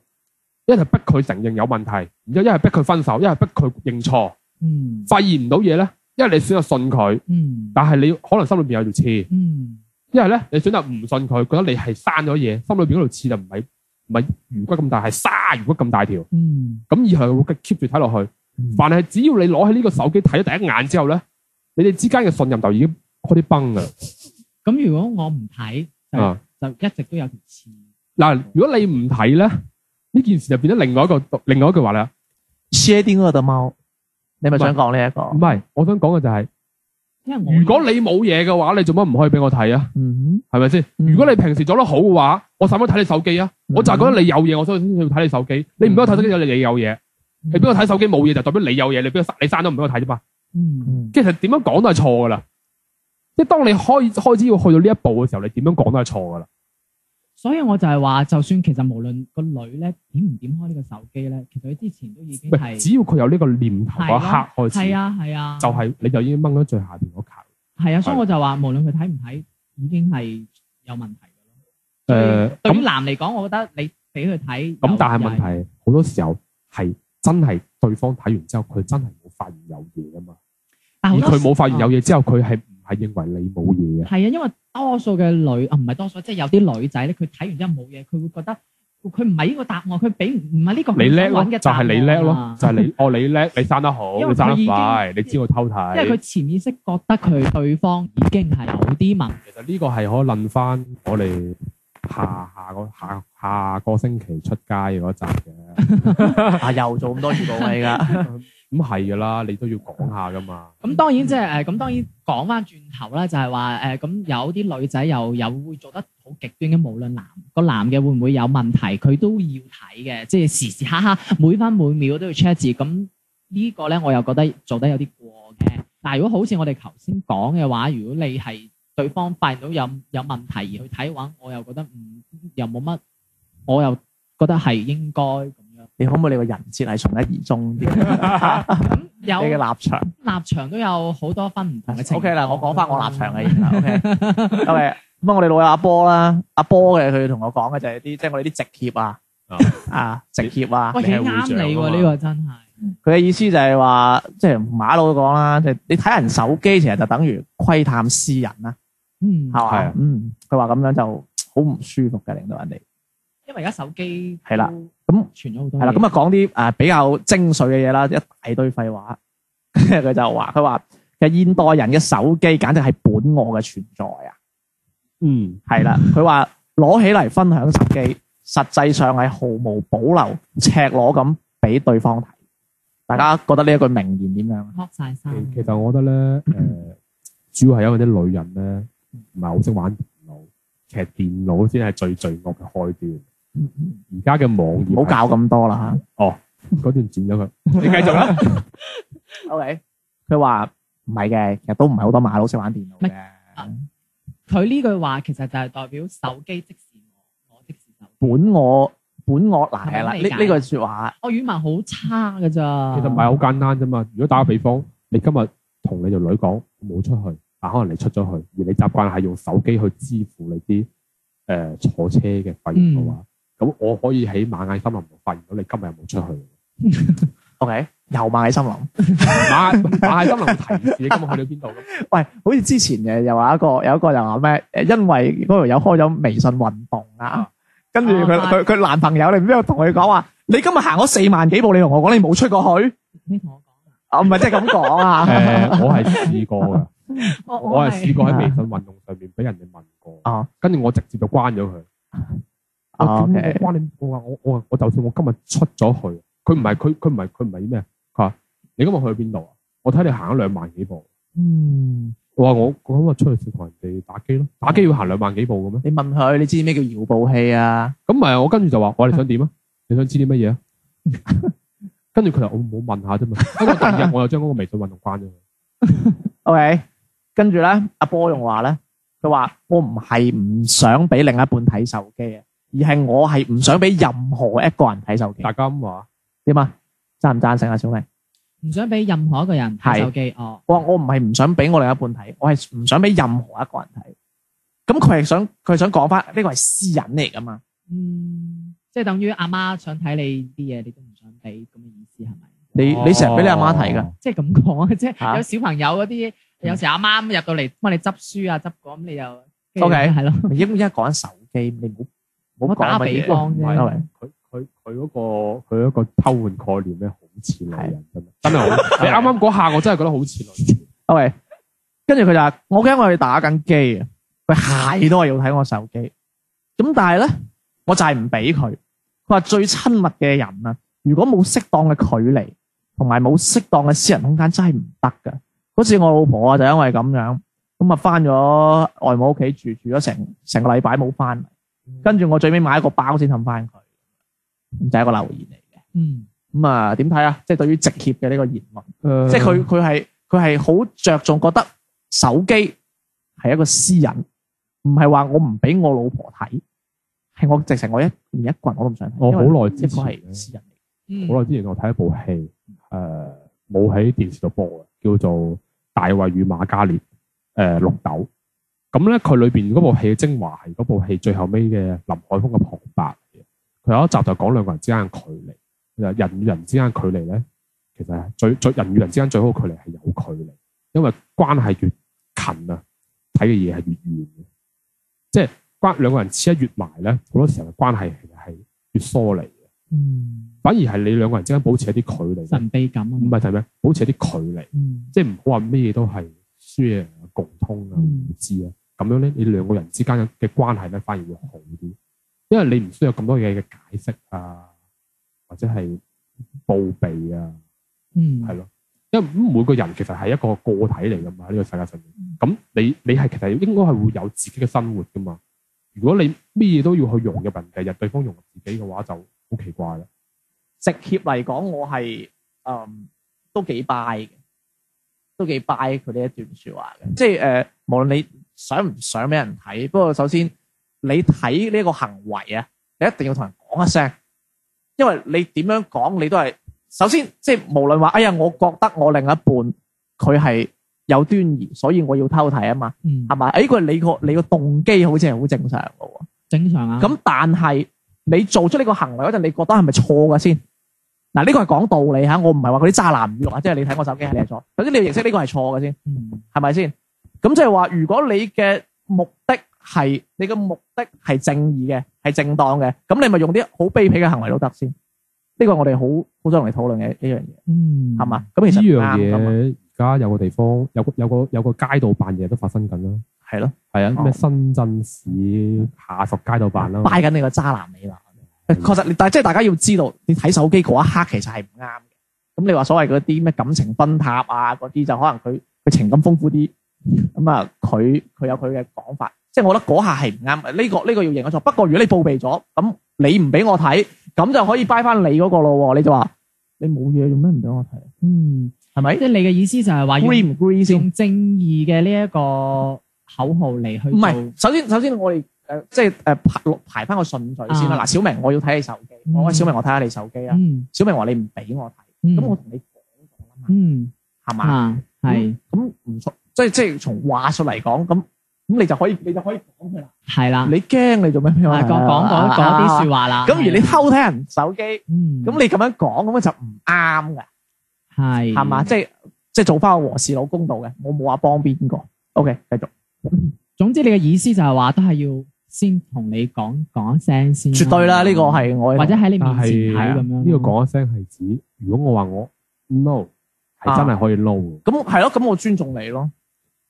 一係就逼佢承認有問題，然之後一係逼佢分手，一係逼佢認錯。
嗯
發現唔到嘢咧，一係你選擇信佢，
嗯
但係你可能心裏邊有條刺；
嗯
一係咧你選擇唔信佢，覺得你係生咗嘢，心裏邊嗰條刺就唔係唔係魚骨咁大，係鯊魚骨咁大條。
嗯
咁以後會 keep 住睇落去。凡係只要你攞起呢個手機睇咗第一眼之後咧，你哋之間嘅信任就已經開始崩噶啦。
咁如果我唔睇，就
啊
就一直都有條刺。
嗱，如果你唔睇咧，呢件事就變咗另外一個另外一句話啦。
薛定谔嘅貓，你咪想講呢一個？
唔係，我想講嘅就係、
因為我
如果你冇嘢嘅話，你做乜唔可以俾我睇啊？
嗯
係咪先？
嗯
如果你平時做得好嘅話，我使乜睇你手機啊？
嗯
我就係覺得你有嘢，我所以先要睇你手機。你唔俾我睇手機，有你你有嘢；你俾我睇手機冇嘢，就代表你有嘢。你俾我你生都唔俾我睇啫嘛。
嗯
哼，
其實點樣講都係錯噶啦。即係當你開開始要去到呢一步嘅時候，你點樣講都係錯噶啦。
所以我就係話，就算其實無論個女咧點唔點開呢個手機咧，其實佢之前都已經
唔係，
係
只要佢有呢個念頭嗰一刻開始，
係啊係啊，
就係你就已經掹咗最下邊嗰球。
係啊，所以我就話，無論佢睇唔睇，已經係有問題嘅咯。
誒、
對於
呃咁
男嚟講，我覺得你俾佢睇
咁，
有
但係問
有
題好多時候係真係對方睇完之後，佢真係冇發現有嘢啊嘛。
但
而
係好多
佢冇發現
時啊
有嘢之後，佢係唔係認為你冇嘢啊？
係啊，因為多數嘅女啊，唔係多數，即係有啲女仔咧，佢睇完之後冇嘢，佢會覺得佢唔係呢個答案，佢俾唔唔係呢個
你叻咯，
揾
就
嘅答
係
案啊
你叻咯，就係你哦，你叻，你生得好，
因為
你生
佢已
得
經
快，你知我偷睇。
因為佢潛意識覺得佢對方已經係有啲問題。
其實呢個係可以論翻我哋下下個下下個星期出街嗰集嘅。
À, 啊又做咁多預告啦，而家
咁係噶啦，你都要講下噶嘛。
咁當然即係誒，咁、當然講翻轉頭啦，就係話誒，咁、有啲女仔又又會做得好極端嘅，無論男個男嘅會唔會有問題，佢都要睇嘅，即係時時刻刻每分每秒都要 check 字。咁呢個咧，我又覺得做得有啲過嘅。但係如果好似我哋頭先講嘅話，如果你係對方發現到有有問題而去睇嘅話，我又覺得唔又冇乜，我又覺得係應該咁樣。
你可唔可以你個人設係從一而終啲？
咁
你嘅
有
立場。
立場都有好多分唔同嘅情況。
O K 啦，我講翻我立場嘅嘢啦。O K，因為咁啊，我哋老友阿波啦，阿波嘅佢同我講嘅就係啲即係我哋啲直協啊
啊，
啊直協啊，
喂，
你
幾
係會
啱你
長啊
喎！
嘛
呢個真係，
佢嘅意思就係話，即係馬佬都講啦，即係你睇人手機其實就等於窺探私人啦，
嗯
係，
係
嘛
啊？
嗯，佢話咁樣就好唔舒服嘅，令到人哋
因為而家手機
係啦
都
咁
傳咗好多
係啦。咁啊講啲誒比較精髓嘅嘢啦，一大堆廢話。 跟住佢就話，佢話其實現代人嘅手機簡直係本我嘅存在啊！
嗯，
係啦，佢話攞起嚟分享手機，實際上係毫無保留、赤裸咁俾對方睇。大家覺得呢一句名言點樣？啊
剝晒衫，
其其實我覺得咧，诶，主要係因為啲女人咧唔係好識玩電腦，其實電腦先係最罪惡嘅開端。而家嘅網頁
唔好
係
教咁多啦
嗰段剪咗佢，嗯 你繼續啦。
吓。OK，佢話唔係嘅，其實都唔係好多馬佬識玩電腦嘅。
啊
佢呢句話其實就係代表手機即是我，我即是手機。
本我本我
係
嗱
咪
係啦，呢
理解
呢句说話
我語文好差㗎咋，
其實唔係好簡單啫嘛。如果打個比方，你今日同你條女講我冇出去，但可能你出咗去，而你習慣係用手機去支付你啲誒、呃坐車嘅費用嘅話，咁、我可以喺螞蟻森林度發現到你今日有冇出去。
，OK，又螞蟻森林。
螞蟻螞蟻森林提示你今日去到邊度咁，
喂，好似之前嘅又話一個有一個又話咩？誒，因為嗰條友開咗微信運動啊
啊，
跟住佢
啊
佢佢男朋友，你唔知同佢講話，你今日行咗四萬幾步，你同我講你冇出過去，
你同我講啊，
啊，唔係即係咁講啊
誒、，我係試過㗎，
我
我係試
係
過喺微信運動上面俾人哋問
哦
過，跟住我直接就關咗佢。
啊
我點
OK
會關你？我話我我我就算我今日出咗去，佢唔係佢佢唔係佢唔係咩？佢話你今日去咗邊度啊？我睇你行咗兩萬幾步。
嗯，
我話我我今日出去同人哋打機咯，打機要行兩萬幾步嘅咩？
你問佢，你知咩叫搖步器啊？
咁咪我跟住就話我哋想點 啊？你想知啲乜嘢啊？跟住佢就我冇問下啫嘛。不過第二日我又將嗰個微信運動關咗佢。
OK，跟住咧，阿波仲話咧，佢話我唔係唔想俾另一半睇手機啊，而係我係唔想俾任何一個人睇手機。
大家咁話，
點啊？贊唔贊成啊，小明？
唔想俾任何一個人睇手機哦。
我話我唔係唔想俾我另一半睇，我係唔想俾任何一個人睇。咁佢係想佢係想講翻呢個係私隱嚟噶嘛？
嗯，即係等於阿媽想睇你啲嘢，你都唔想俾咁嘅意思係咪？
你你成日俾你阿媽睇㗎，
噶，
即係咁講啊，即
嚇
係有小朋友嗰啲，有時阿媽咁入到嚟幫你執書啊、執嗰咁，你就
OK
係咯。
你應該講緊手機，你唔好唔好
我打
講乜
比
嘢。
方
唔係
啫
係。
佢佢佢嗰個佢嗰個偷換概念咧，好似女人真係真係 好。你啱啱嗰下我真係覺得好似女人。
喂，跟住佢就話：我驚我哋打緊機啊，佢係都係要睇我手機。咁但係咧，我就係唔俾佢。佢話最親密嘅人啊，如果冇適當嘅距離，同埋冇適當嘅私人空間，真係唔得噶。嗰次我老婆啊，就因為咁樣，咁啊翻咗外母屋企住，住咗成成個禮拜冇翻嚟，跟住我最尾買一個包先氹翻佢，咁就係一個留言嚟
嗯，
嘅。咁啊點睇啊？即係對於直協嘅呢個言論。
誒
即係佢佢係佢係好着重覺得手機係一個私隱，唔係話我唔俾我老婆睇，係我直情我一連一個人我都唔想睇。
哦我好
因為
耐之
一個
前
係
呢
私隱嚟。
嗯
好耐之前我睇一部戲，誒冇喺電視度播嘅，叫做《大衛與馬加列》誒呃綠豆。咁咧佢裏邊嗰部戲嘅精華係嗰部戲最後尾嘅林海峰嘅旁白嚟嘅。佢有一集就講兩個人之間嘅距離，就係人與人之間嘅距離咧，其實係最最人與人之間最好嘅距離係有距離，因為關係越近啊，睇嘅嘢係越遠嘅。即係關兩個人黐得越埋咧，好多時候嘅關係其實係越疏離嘅。
嗯，
反而係你兩個人之間保持一啲距離，
神秘感啊，
唔係睇咩？保持一啲距離，
嗯，
即係唔好話咩嘢都係 share 啊、共通啊、
嗯
互知啊，咁樣咧，你兩個人之間嘅關係咧反而會好啲，因為你唔需要咁多嘢嘅解釋啊，或者係報備啊，
嗯，
係咯。因為每個人其實係一個個體嚟噶嘛，呢、個世界上
嗯
面。咁你你係其實應該係會有自己嘅生活噶嘛。如果你咩嘢都要去融入人哋，日對方融入自己嘅話，就好奇怪啦。
直協嚟講，我係嗯都幾 buy 嘅，都幾 buy 佢呢一段説話嘅。即係誒、呃，無論你想唔想俾人睇，不過首先你睇呢個行為啊，你一定要同人講一聲，因為你點樣講你都係首先即係無論話，哎呀，我覺得我另一半佢係有端倪，所以我要偷睇啊嘛，
嗯
係，咪？誒、佢你個你個動機好似係好正常嘅喎。
正常啊。
咁但係你做出呢個行為嗰陣，你覺得係咪錯嘅先？嗱，呢個係講道理吓，我唔係話嗰啲渣男語錄啊，即係你睇我手機係你係錯。首先你要認識呢個係錯嘅先，
嗯
係咪先？咁即係話，如果你嘅目的係你嘅目的係正義嘅，係正當嘅，咁你咪用啲好卑鄙嘅行為都得先。呢個我哋好好想同你討論嘅一樣
Ừ.
嘢，
嗯，
係嘛？咁啊
呢
其實唔
樣
啱㗎嘛，
嘢而家有個地方有個有個有個街道辦嘢都發生緊啦。
係咯，
係啊，
哦
咩深圳市下屬街道辦啦。
拜緊你個渣男理論。確實，但係即係大家要知道，你睇手機嗰一刻其實係唔啱嘅。咁你話所謂嗰啲咩感情分塔啊，嗰啲就可能佢佢情感豐富啲，咁啊佢佢有佢嘅講法，即係我覺得嗰下係唔啱。呢、個呢、個要認咗錯。不過如果你報備咗，咁你唔俾我睇，咁就可以掰翻你嗰個咯喎。你就話你冇嘢做咩唔俾我睇？
嗯，
係啊咪
即係你嘅意思就係話要
？agree 唔 agree 先？
用正義嘅呢一個口號嚟去做
唔係，嗯首先首先我哋誒、呃即係誒、呃排排翻個順序先啦。嗱、
啊
小明我要睇你手機，
嗯
我話小明我睇下你手機啊。
嗯
小明話你唔俾我睇。
嗯
咁我同你講咗啦嘛，
嗯
係嘛？
啊係
咁唔錯，即係即係從話術嚟講，咁咁你就可以你就可以講佢啦。
係啦，
你驚你做咩俾我
啊
睇啊？
講講講
À,
講啲
啊
说話啦。
咁如
係
你
啦，
偷睇人手機，咁
嗯
你咁樣講，咁樣就唔啱㗎，
係
係嘛？即係即係做翻個和事佬公道嘅，我冇話幫邊個。OK，繼
嗯
續，
總之你嘅意思就係話都係要先同你講講一聲先啦，
絕對啦，呢個係我
或者喺你面
但
前
係
睇咁樣咯。
呢個講一聲係指，如果我話我 no
啊
係真係可以 no，嘅
咁係咯，咁我尊重你咯。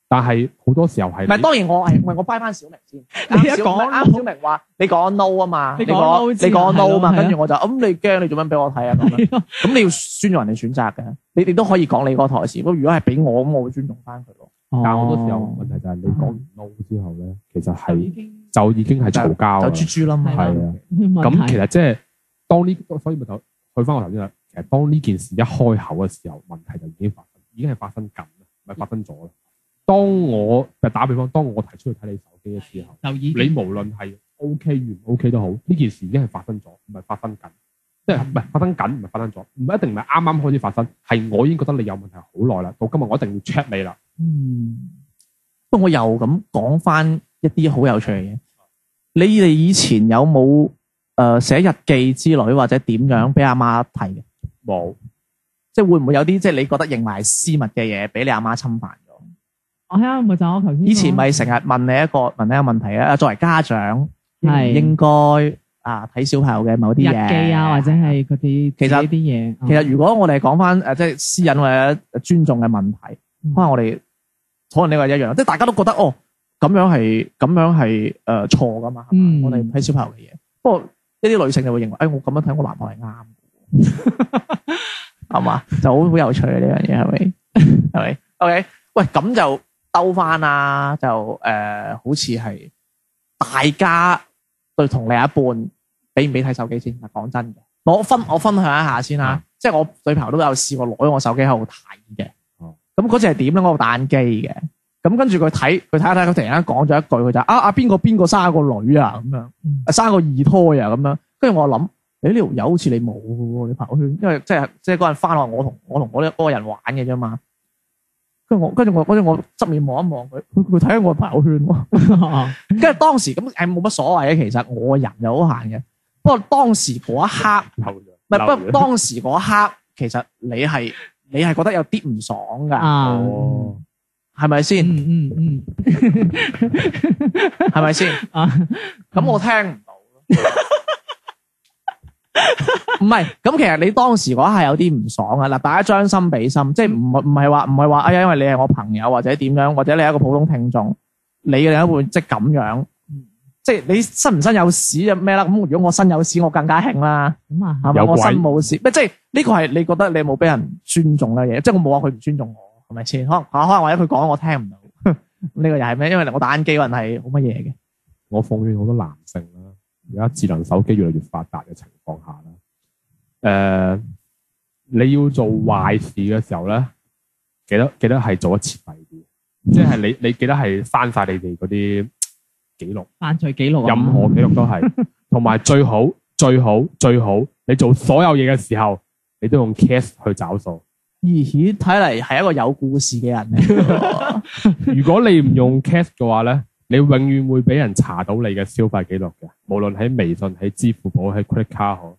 但係好多時候係
唔係，當然我係，唔係我 buy 翻小明 先。
你一
啱小
講
明啱小明話你講 no 啊嘛，
你
你
講
講
no
你
之後係
講 no
咯
啊嘛，
係啊
跟住我就咁你驚你做乜俾我睇啊咁 樣。
係咯
咁你要尊重人哋選擇嘅，你哋都可以講你嗰個台詞。不過如果係俾我咁，我會尊重翻佢咯。
Ờ.
但係好多時候
哦
問題就係你講完 no 之後咧，其實
就已
係
經
就已經係嘈交
就
啦。
豬豬啦嘛。
係
係啊，
咁
咁其實即係當呢，所以咪就去翻我頭先啦。其實當呢件事一開口嘅時候，問題就已經發生，已經係發生緊啦，唔係發生咗啦。當我就打比方，當我提出去睇你手機嘅時候，
就已
你
經
無論係 O K 與唔 O K 都好，呢件事已經係發生咗，唔係發生緊，即係唔係發生緊，唔係發生咗，唔一定唔係啱啱開始發生，係我已經覺得你有問題好耐啦，到今日我一定要 check 你啦。
嗯
不過我又咁講翻一啲好有趣嘅嘢。你哋以前有冇誒寫日記之類，或者點樣俾阿媽睇嘅？
冇，
即係會唔會有啲即係你覺得認為係私密嘅嘢，俾你阿媽侵犯咗？
我係啊，咪就係我頭先
以前
講
咪成日問你一個問你一個問題啊，作為家長應唔
係
應該啊睇小朋友嘅某
嗯日
啲嘢
記啊，或者係嗰啲
其實
呢啲嘢，
其實如果我哋講翻誒即係私隱或者尊重嘅問題，
嗯
可能我哋討論呢個係一樣，即係大家都覺得哦咁樣係咁樣係誒、呃、錯噶嘛，係嘛
嗯
我哋唔睇小朋友嘅嘢。不過一啲女性就會認為，誒、我咁樣睇我男朋友係啱嘅喎，係嘛？就好好有趣啊！呢樣嘢係咪？係咪？OK，喂，咁就兜翻啦，就誒、呃好似係大家對同另一半俾唔俾睇手機先？嗱，講真嘅，我分我分享一下先啦，即係我女朋友都有試過攞我手機喺度睇嘅
哦。
咁嗰次係點咧？我戴眼機嘅，咁跟住佢睇佢睇下睇，佢突然間講咗一句，佢就啊啊邊個邊個生個女啊咁樣，啊生個二胎啊咁樣。跟住我諗，你呢條友好似你冇嘅喎，你朋友圈，因為即係即係嗰陣翻學，我同我同我嗰個人玩嘅啫嘛。跟住我，跟住我，跟住我側面望一望佢，佢佢睇緊我朋友圈喎。跟住當時咁係冇乜所謂嘅，其實我個人就好閒嘅。不過當時嗰一刻，唔係不過當時嗰一刻，其實你係你係覺得有啲唔爽㗎，
啊，
哦，
係咪
嗯
先？
嗯嗯
係咪先？
啊，
咁我聽唔到咯。唔係，咁其實你當時嗰下有啲唔爽啊！嗱，大家將心比心，即係唔唔係話唔係話，哎呀，因為你係我朋友或者點樣，或者你係一個普通聽眾，你嘅另一半即係咁樣，即係你身唔身有屎就咩啦。咁如果我身有屎，我更加興啦，
咁啊
係咪？
有
我
鬼
身冇屎，咪即係呢個係你覺得你有冇俾人尊重嘅嘢，即係我冇話佢唔尊重我，係咪先？可能可能或者佢講我聽唔到，呢個又係咩？因為我打緊機嗰陣係好乜嘢嘅。
我奉勸好多男性啦，而家智能手機越嚟越發達嘅情況下啦，诶、你要做壞事嘅時候咧，記得記得係做得徹底啲，即係你你記得係刪晒你哋嗰啲記錄，
犯罪記錄啊
任何記錄都係，同埋最好最好最好，你做所有嘢嘅時候，你都用 cash 去找數。
咦，睇嚟係一個有故事嘅 人嚟。
如果你唔用 cash 嘅話咧，你永遠會俾人查到你嘅消費記錄嘅，無論喺微信、喺支付寶、喺 credit card 好，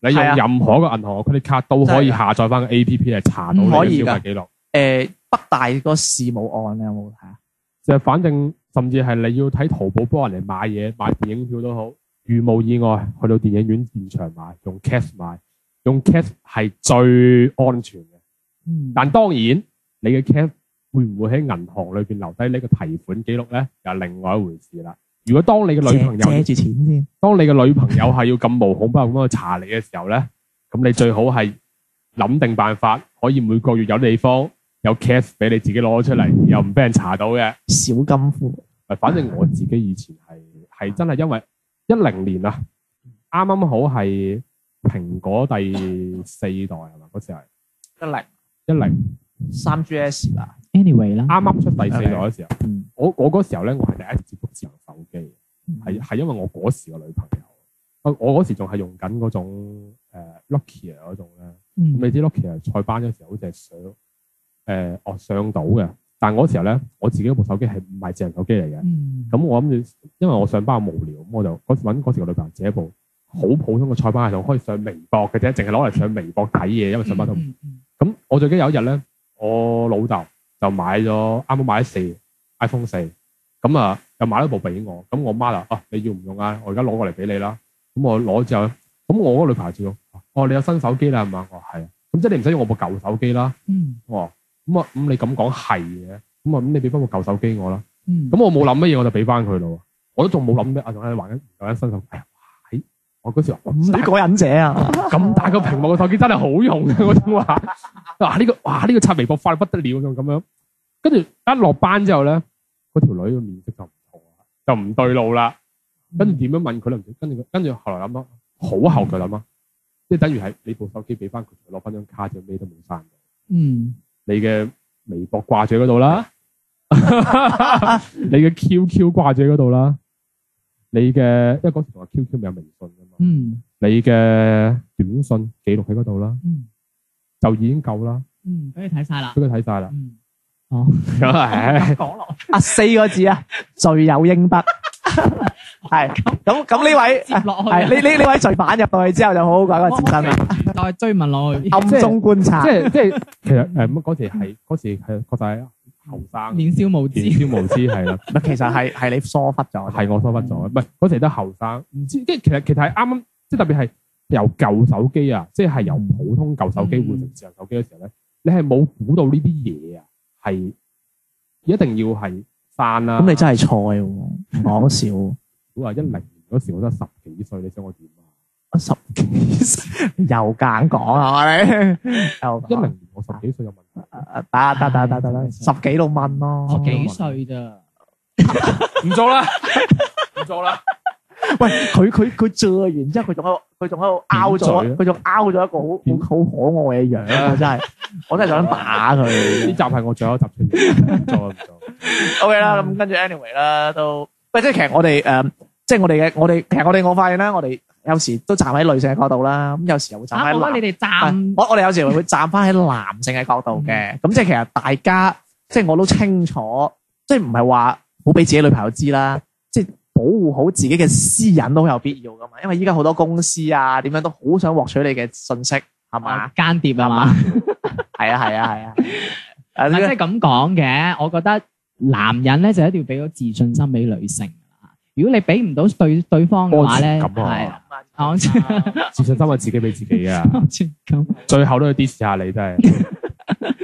你用
係啊
任何一個銀行嘅 credit card 都可以下載翻個 A P P 嚟查到你
唔可
嘅
以㗎
消費記錄。
诶、北大個事務案你有冇睇啊？
就係反正甚至係你要睇淘寶幫人嚟買嘢、買電影票都好，如無意外去到電影院現場買，用 cash 買，用 cash 係最安全嘅。
嗯
但當然，你嘅 cap 會唔會喺銀行裏邊留低呢個提款記錄咧，又係另外一回事啦。如果當你嘅女朋友，
借借住錢先。
當你嘅女朋友係要咁無孔不入咁去查你嘅時候咧，咁你最好係諗定辦法，可以每個月有地方有 cash 俾你自己攞出嚟，又唔俾人查到嘅。
小金庫，
誒反正我自己以前係係真係因為一零年啊，啱啱好係蘋果第四代係嘛？嗰時係
一零
一零。
三 GS 啦，
anyway 啦，
啱啱出第四代嘅時候
嗯，
我我嗰時候咧，我係第一次接觸智能手機，係
啊，
係因為我嗰時個女朋友，我我嗰時仲係用緊嗰種誒 Nokia 嗰種咧，咁
嗯
你知 Nokia 塞班嗰時候好似係上誒哦上到嘅，但我嗰時候咧，我自己嗰部手機係唔係智能手機嚟嘅，
嗯
咁我諗住，因為我上班好無聊，咁我就嗰時揾嗰時個女朋友借一部好普通嘅塞班系統，可以上微博嘅啫，淨係攞嚟上微博睇嘢，因為上班都唔
嗯嗯
咁我最記得有一日咧，我老豆就買咗啱啱買咗四 iPhone 四，咁啊又買咗部俾我，咁我媽就啊你要唔用啊？我而家攞過嚟俾你啦。咁我攞之後咧，咁我嗰個女朋友就用，哦你有新手機啦係嘛？我話係啊，咁即係你唔使用我部舊手機啦。
嗯
我話咁啊咁你咁講係嘅，咁啊咁你俾翻部舊手機我啦。
嗯，
咁我冇諗乜嘢我就俾翻佢咯，我都仲冇諗咩啊仲喺度玩緊玩緊新手機。哎呀哇咦我嗰時話
唔
咁大
使過癮者啊！
咁大個屏幕嘅手機真係好用嘅 嗰種話，哇呢、個哇呢、個刷微博快到不得了咁咁樣，跟住一落班之後咧，嗰條女個面色就唔同啦，就唔對路啦。跟住點樣問佢咧？唔知跟住佢跟住後來諗諗，好後佢諗啊，即係等於係你部手機俾翻佢，佢攞翻張卡就咩都冇刪到。
嗯
你嘅微博掛住喺嗰度啦，你嘅 QQ 掛住喺嗰度啦，你嘅因為嗰時同阿 QQ 咪有微信㗎嘛。
嗯
你嘅短信記錄喺嗰度啦，
嗯
就已經夠啦，
嗯，俾你睇晒啦
俾，佢睇晒啦。
嗯，
咁唉，
講落
啊四個字啊，罪有應 得。係咁咁呢位
接落去啊，
係呢呢呢位罪犯入到去之後就好好鬼個
我
自身 啦，
我再追問 落去，
暗中觀察
即。係即係，其實誒咁嗰時係嗰時係確實係後生，
年少無知
年，少無知係啦，
唔係其實係係你疏忽咗，
係我疏忽咗，唔係嗰時都後生，唔知即係其實其實係啱啱，即係特別係由舊手機啊，即係由普通舊手機
嗯
換成智能手機嘅時候咧，你係冇估到呢啲嘢啊，係一定要係散啦。
咁你真係菜喎，唔講笑。
估啊一零年嗰時我得十幾歲，你想我點啊？
十 幾歲又夾講啊！你 又
一零年我十幾歲有問題。
打打打打打打十幾六蚊咯。
我幾歲咋？
唔做啦，唔做啦。
喂，佢佢佢借完之後，佢仲喺度，佢仲喺度拗
扁嘴啊
咗，佢仲拗咗一
扁
個好好好可愛嘅樣啊！真係，我真係想打
呢集
佢。
係我最後一集出現，唔做啦唔做啦。
O K 啦，咁跟住 anyway 啦，都嗯喂，即係其實我哋誒，即係我哋嘅，我哋其實我哋我發現咧，我哋有時都站喺女性嘅角度啦，咁有時又會站
啊，
喺
我
男
覺得你哋
係
站
我我哋有時會站翻喺男性嘅角度
嗯
嘅，咁即係其實大家即係我都清楚，即係唔係話好俾自己女朋友知啦，即係保護好自己嘅私隱都好有必要噶嘛，因為依家好多公司啊點樣都好想獲取你嘅信息，係嘛？
間諜啊嘛
係嘛？。係啊係啊 係啊，啊
嗱，即
呢
係咁講嘅，我覺得男人咧就一定要俾到自信心俾女性㗎啦。如果你俾唔到對對方嘅話咧，
安全感
係
啊
啊安全
自信心係自己俾自己啊，
安全感。
最後都要 diss 下你真係。
à,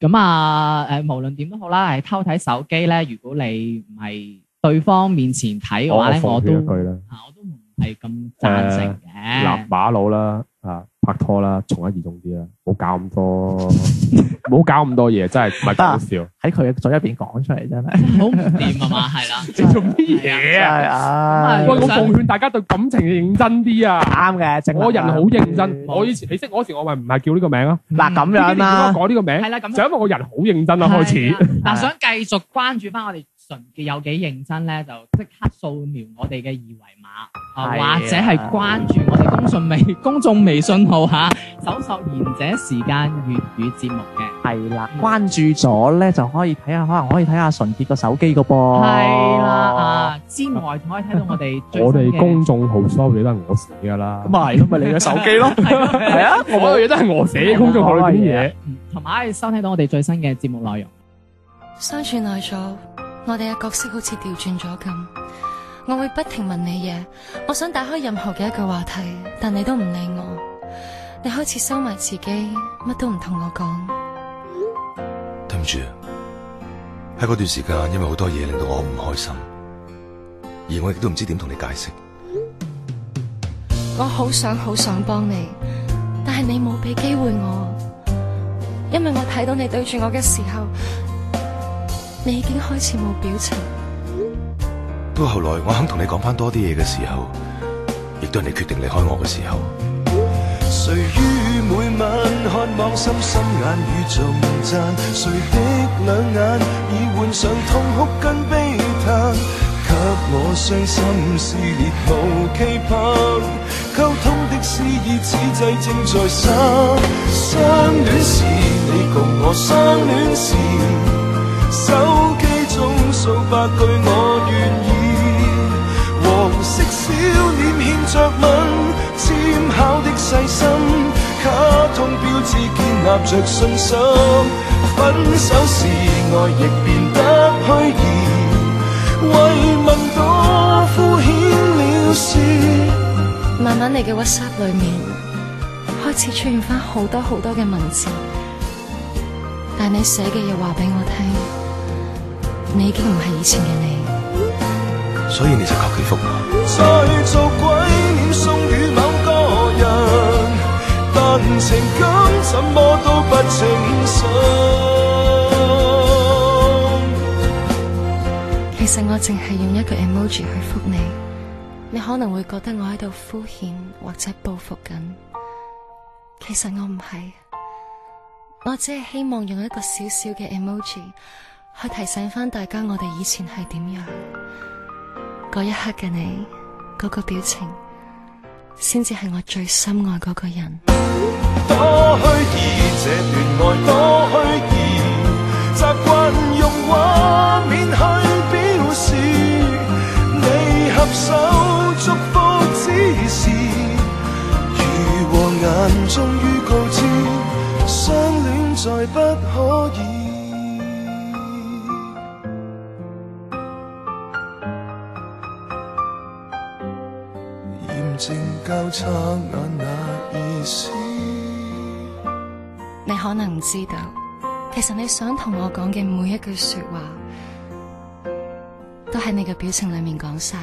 咁啊，誒，無論點都好啦，係偷睇手機咧。如果你唔係對方面前睇嘅
我
話咧，
奉
我
勸一句
都
啦，
啊，我都唔係咁贊成
立
嘅。
馬佬啦，啊拍拖啦，從一而終啲啦，唔好搞咁多，唔好搞咁多嘢，真係唔係講笑。
喺佢嘅嘴入邊講出嚟真係，
好唔掂啊嘛，係啦。
你做咩
真
嘢啊？
係
咁
唉
喂，
啊
我奉勸大家對感情認真啲啊！
啱嘅，正能量嗯
我人好認真，我以前你識我嗰時，我咪唔係叫呢個名啊，
嗱咁樣啦
你點解，改呢個
係
名，
啦，咁
就因為我人好認真啦，開
係
始。
啦嗱，想繼續關注翻我哋純潔有幾認真咧，就即刻掃描我哋嘅二維碼，
係啊
啊或者係關注我哋公信微 公眾微信號嚇，搜索賢者時間粵語節目嘅。
係啦，關注咗咧就可以睇下，可能可以睇下純潔個手機個噃。
哦
係啦，啊之外仲可以睇到我哋最新
我哋
嘅
公眾號所有嘢都係我寫噶啦，
咁咪係咯，咪你嘅手機 咯，係啊，
所有嘢都係我寫公眾號裏邊啲嘢。
嗯同埋可以收聽到我哋最新嘅節目內容。
相處耐咗，我哋嘅角色好似調轉咗咁。我會不停問你嘢，我想打開任何嘅一個話題，但你都唔理我。你開始收埋自己，乜都唔同我講。
對唔住，喺嗰段時間，因為好多嘢令到我唔開心，而我亦都唔知點同你解釋。
我好想好想幫你，但係你冇俾機會我，因為我睇到你對住我嘅時候，你已經開始冇表情。
到後來，我肯同你講翻多啲嘢嘅時候，亦都係你決定離開我嘅時候。
誰於每晚看網心心眼與頌讚，誰的兩眼已換上痛哭跟悲嘆，給我傷心撕裂無期盼，溝通的詩意此際正在生。相戀時你共我相戀時，手機中數百句我願意。黃色小臉牽着吻，尖巧的細心，卡通標誌建立着信心。分手時愛亦變得虛擬，慰問多敷衍了事。
慢慢你嘅 WhatsApp 裏面開始出現翻好多好多嘅文字，但你寫嘅嘢話俾我聽，你已經唔係以前嘅你。
所以你就求其覆我，
再做鬼臉送與某個人，但情感怎麼都不稱心。
其實我淨係用一個 emoji 去覆你，你可能會覺得我喺度敷衍或者報復緊，其實我唔係，我只係希望用一個小小嘅 emoji 去提醒翻大家我哋以前係點樣。嗰一刻嘅你，嗰、個表情，先至係我最深愛嗰個人。
多虛擬，這段愛多虛擬，習慣用畫面去表示。你合手祝福之時，如和眼終於告知，相戀再不可以。驗證交叉眼那意思。
你可能唔知道，其實你想同我講嘅每一句說話，都喺你嘅表情裏面講晒。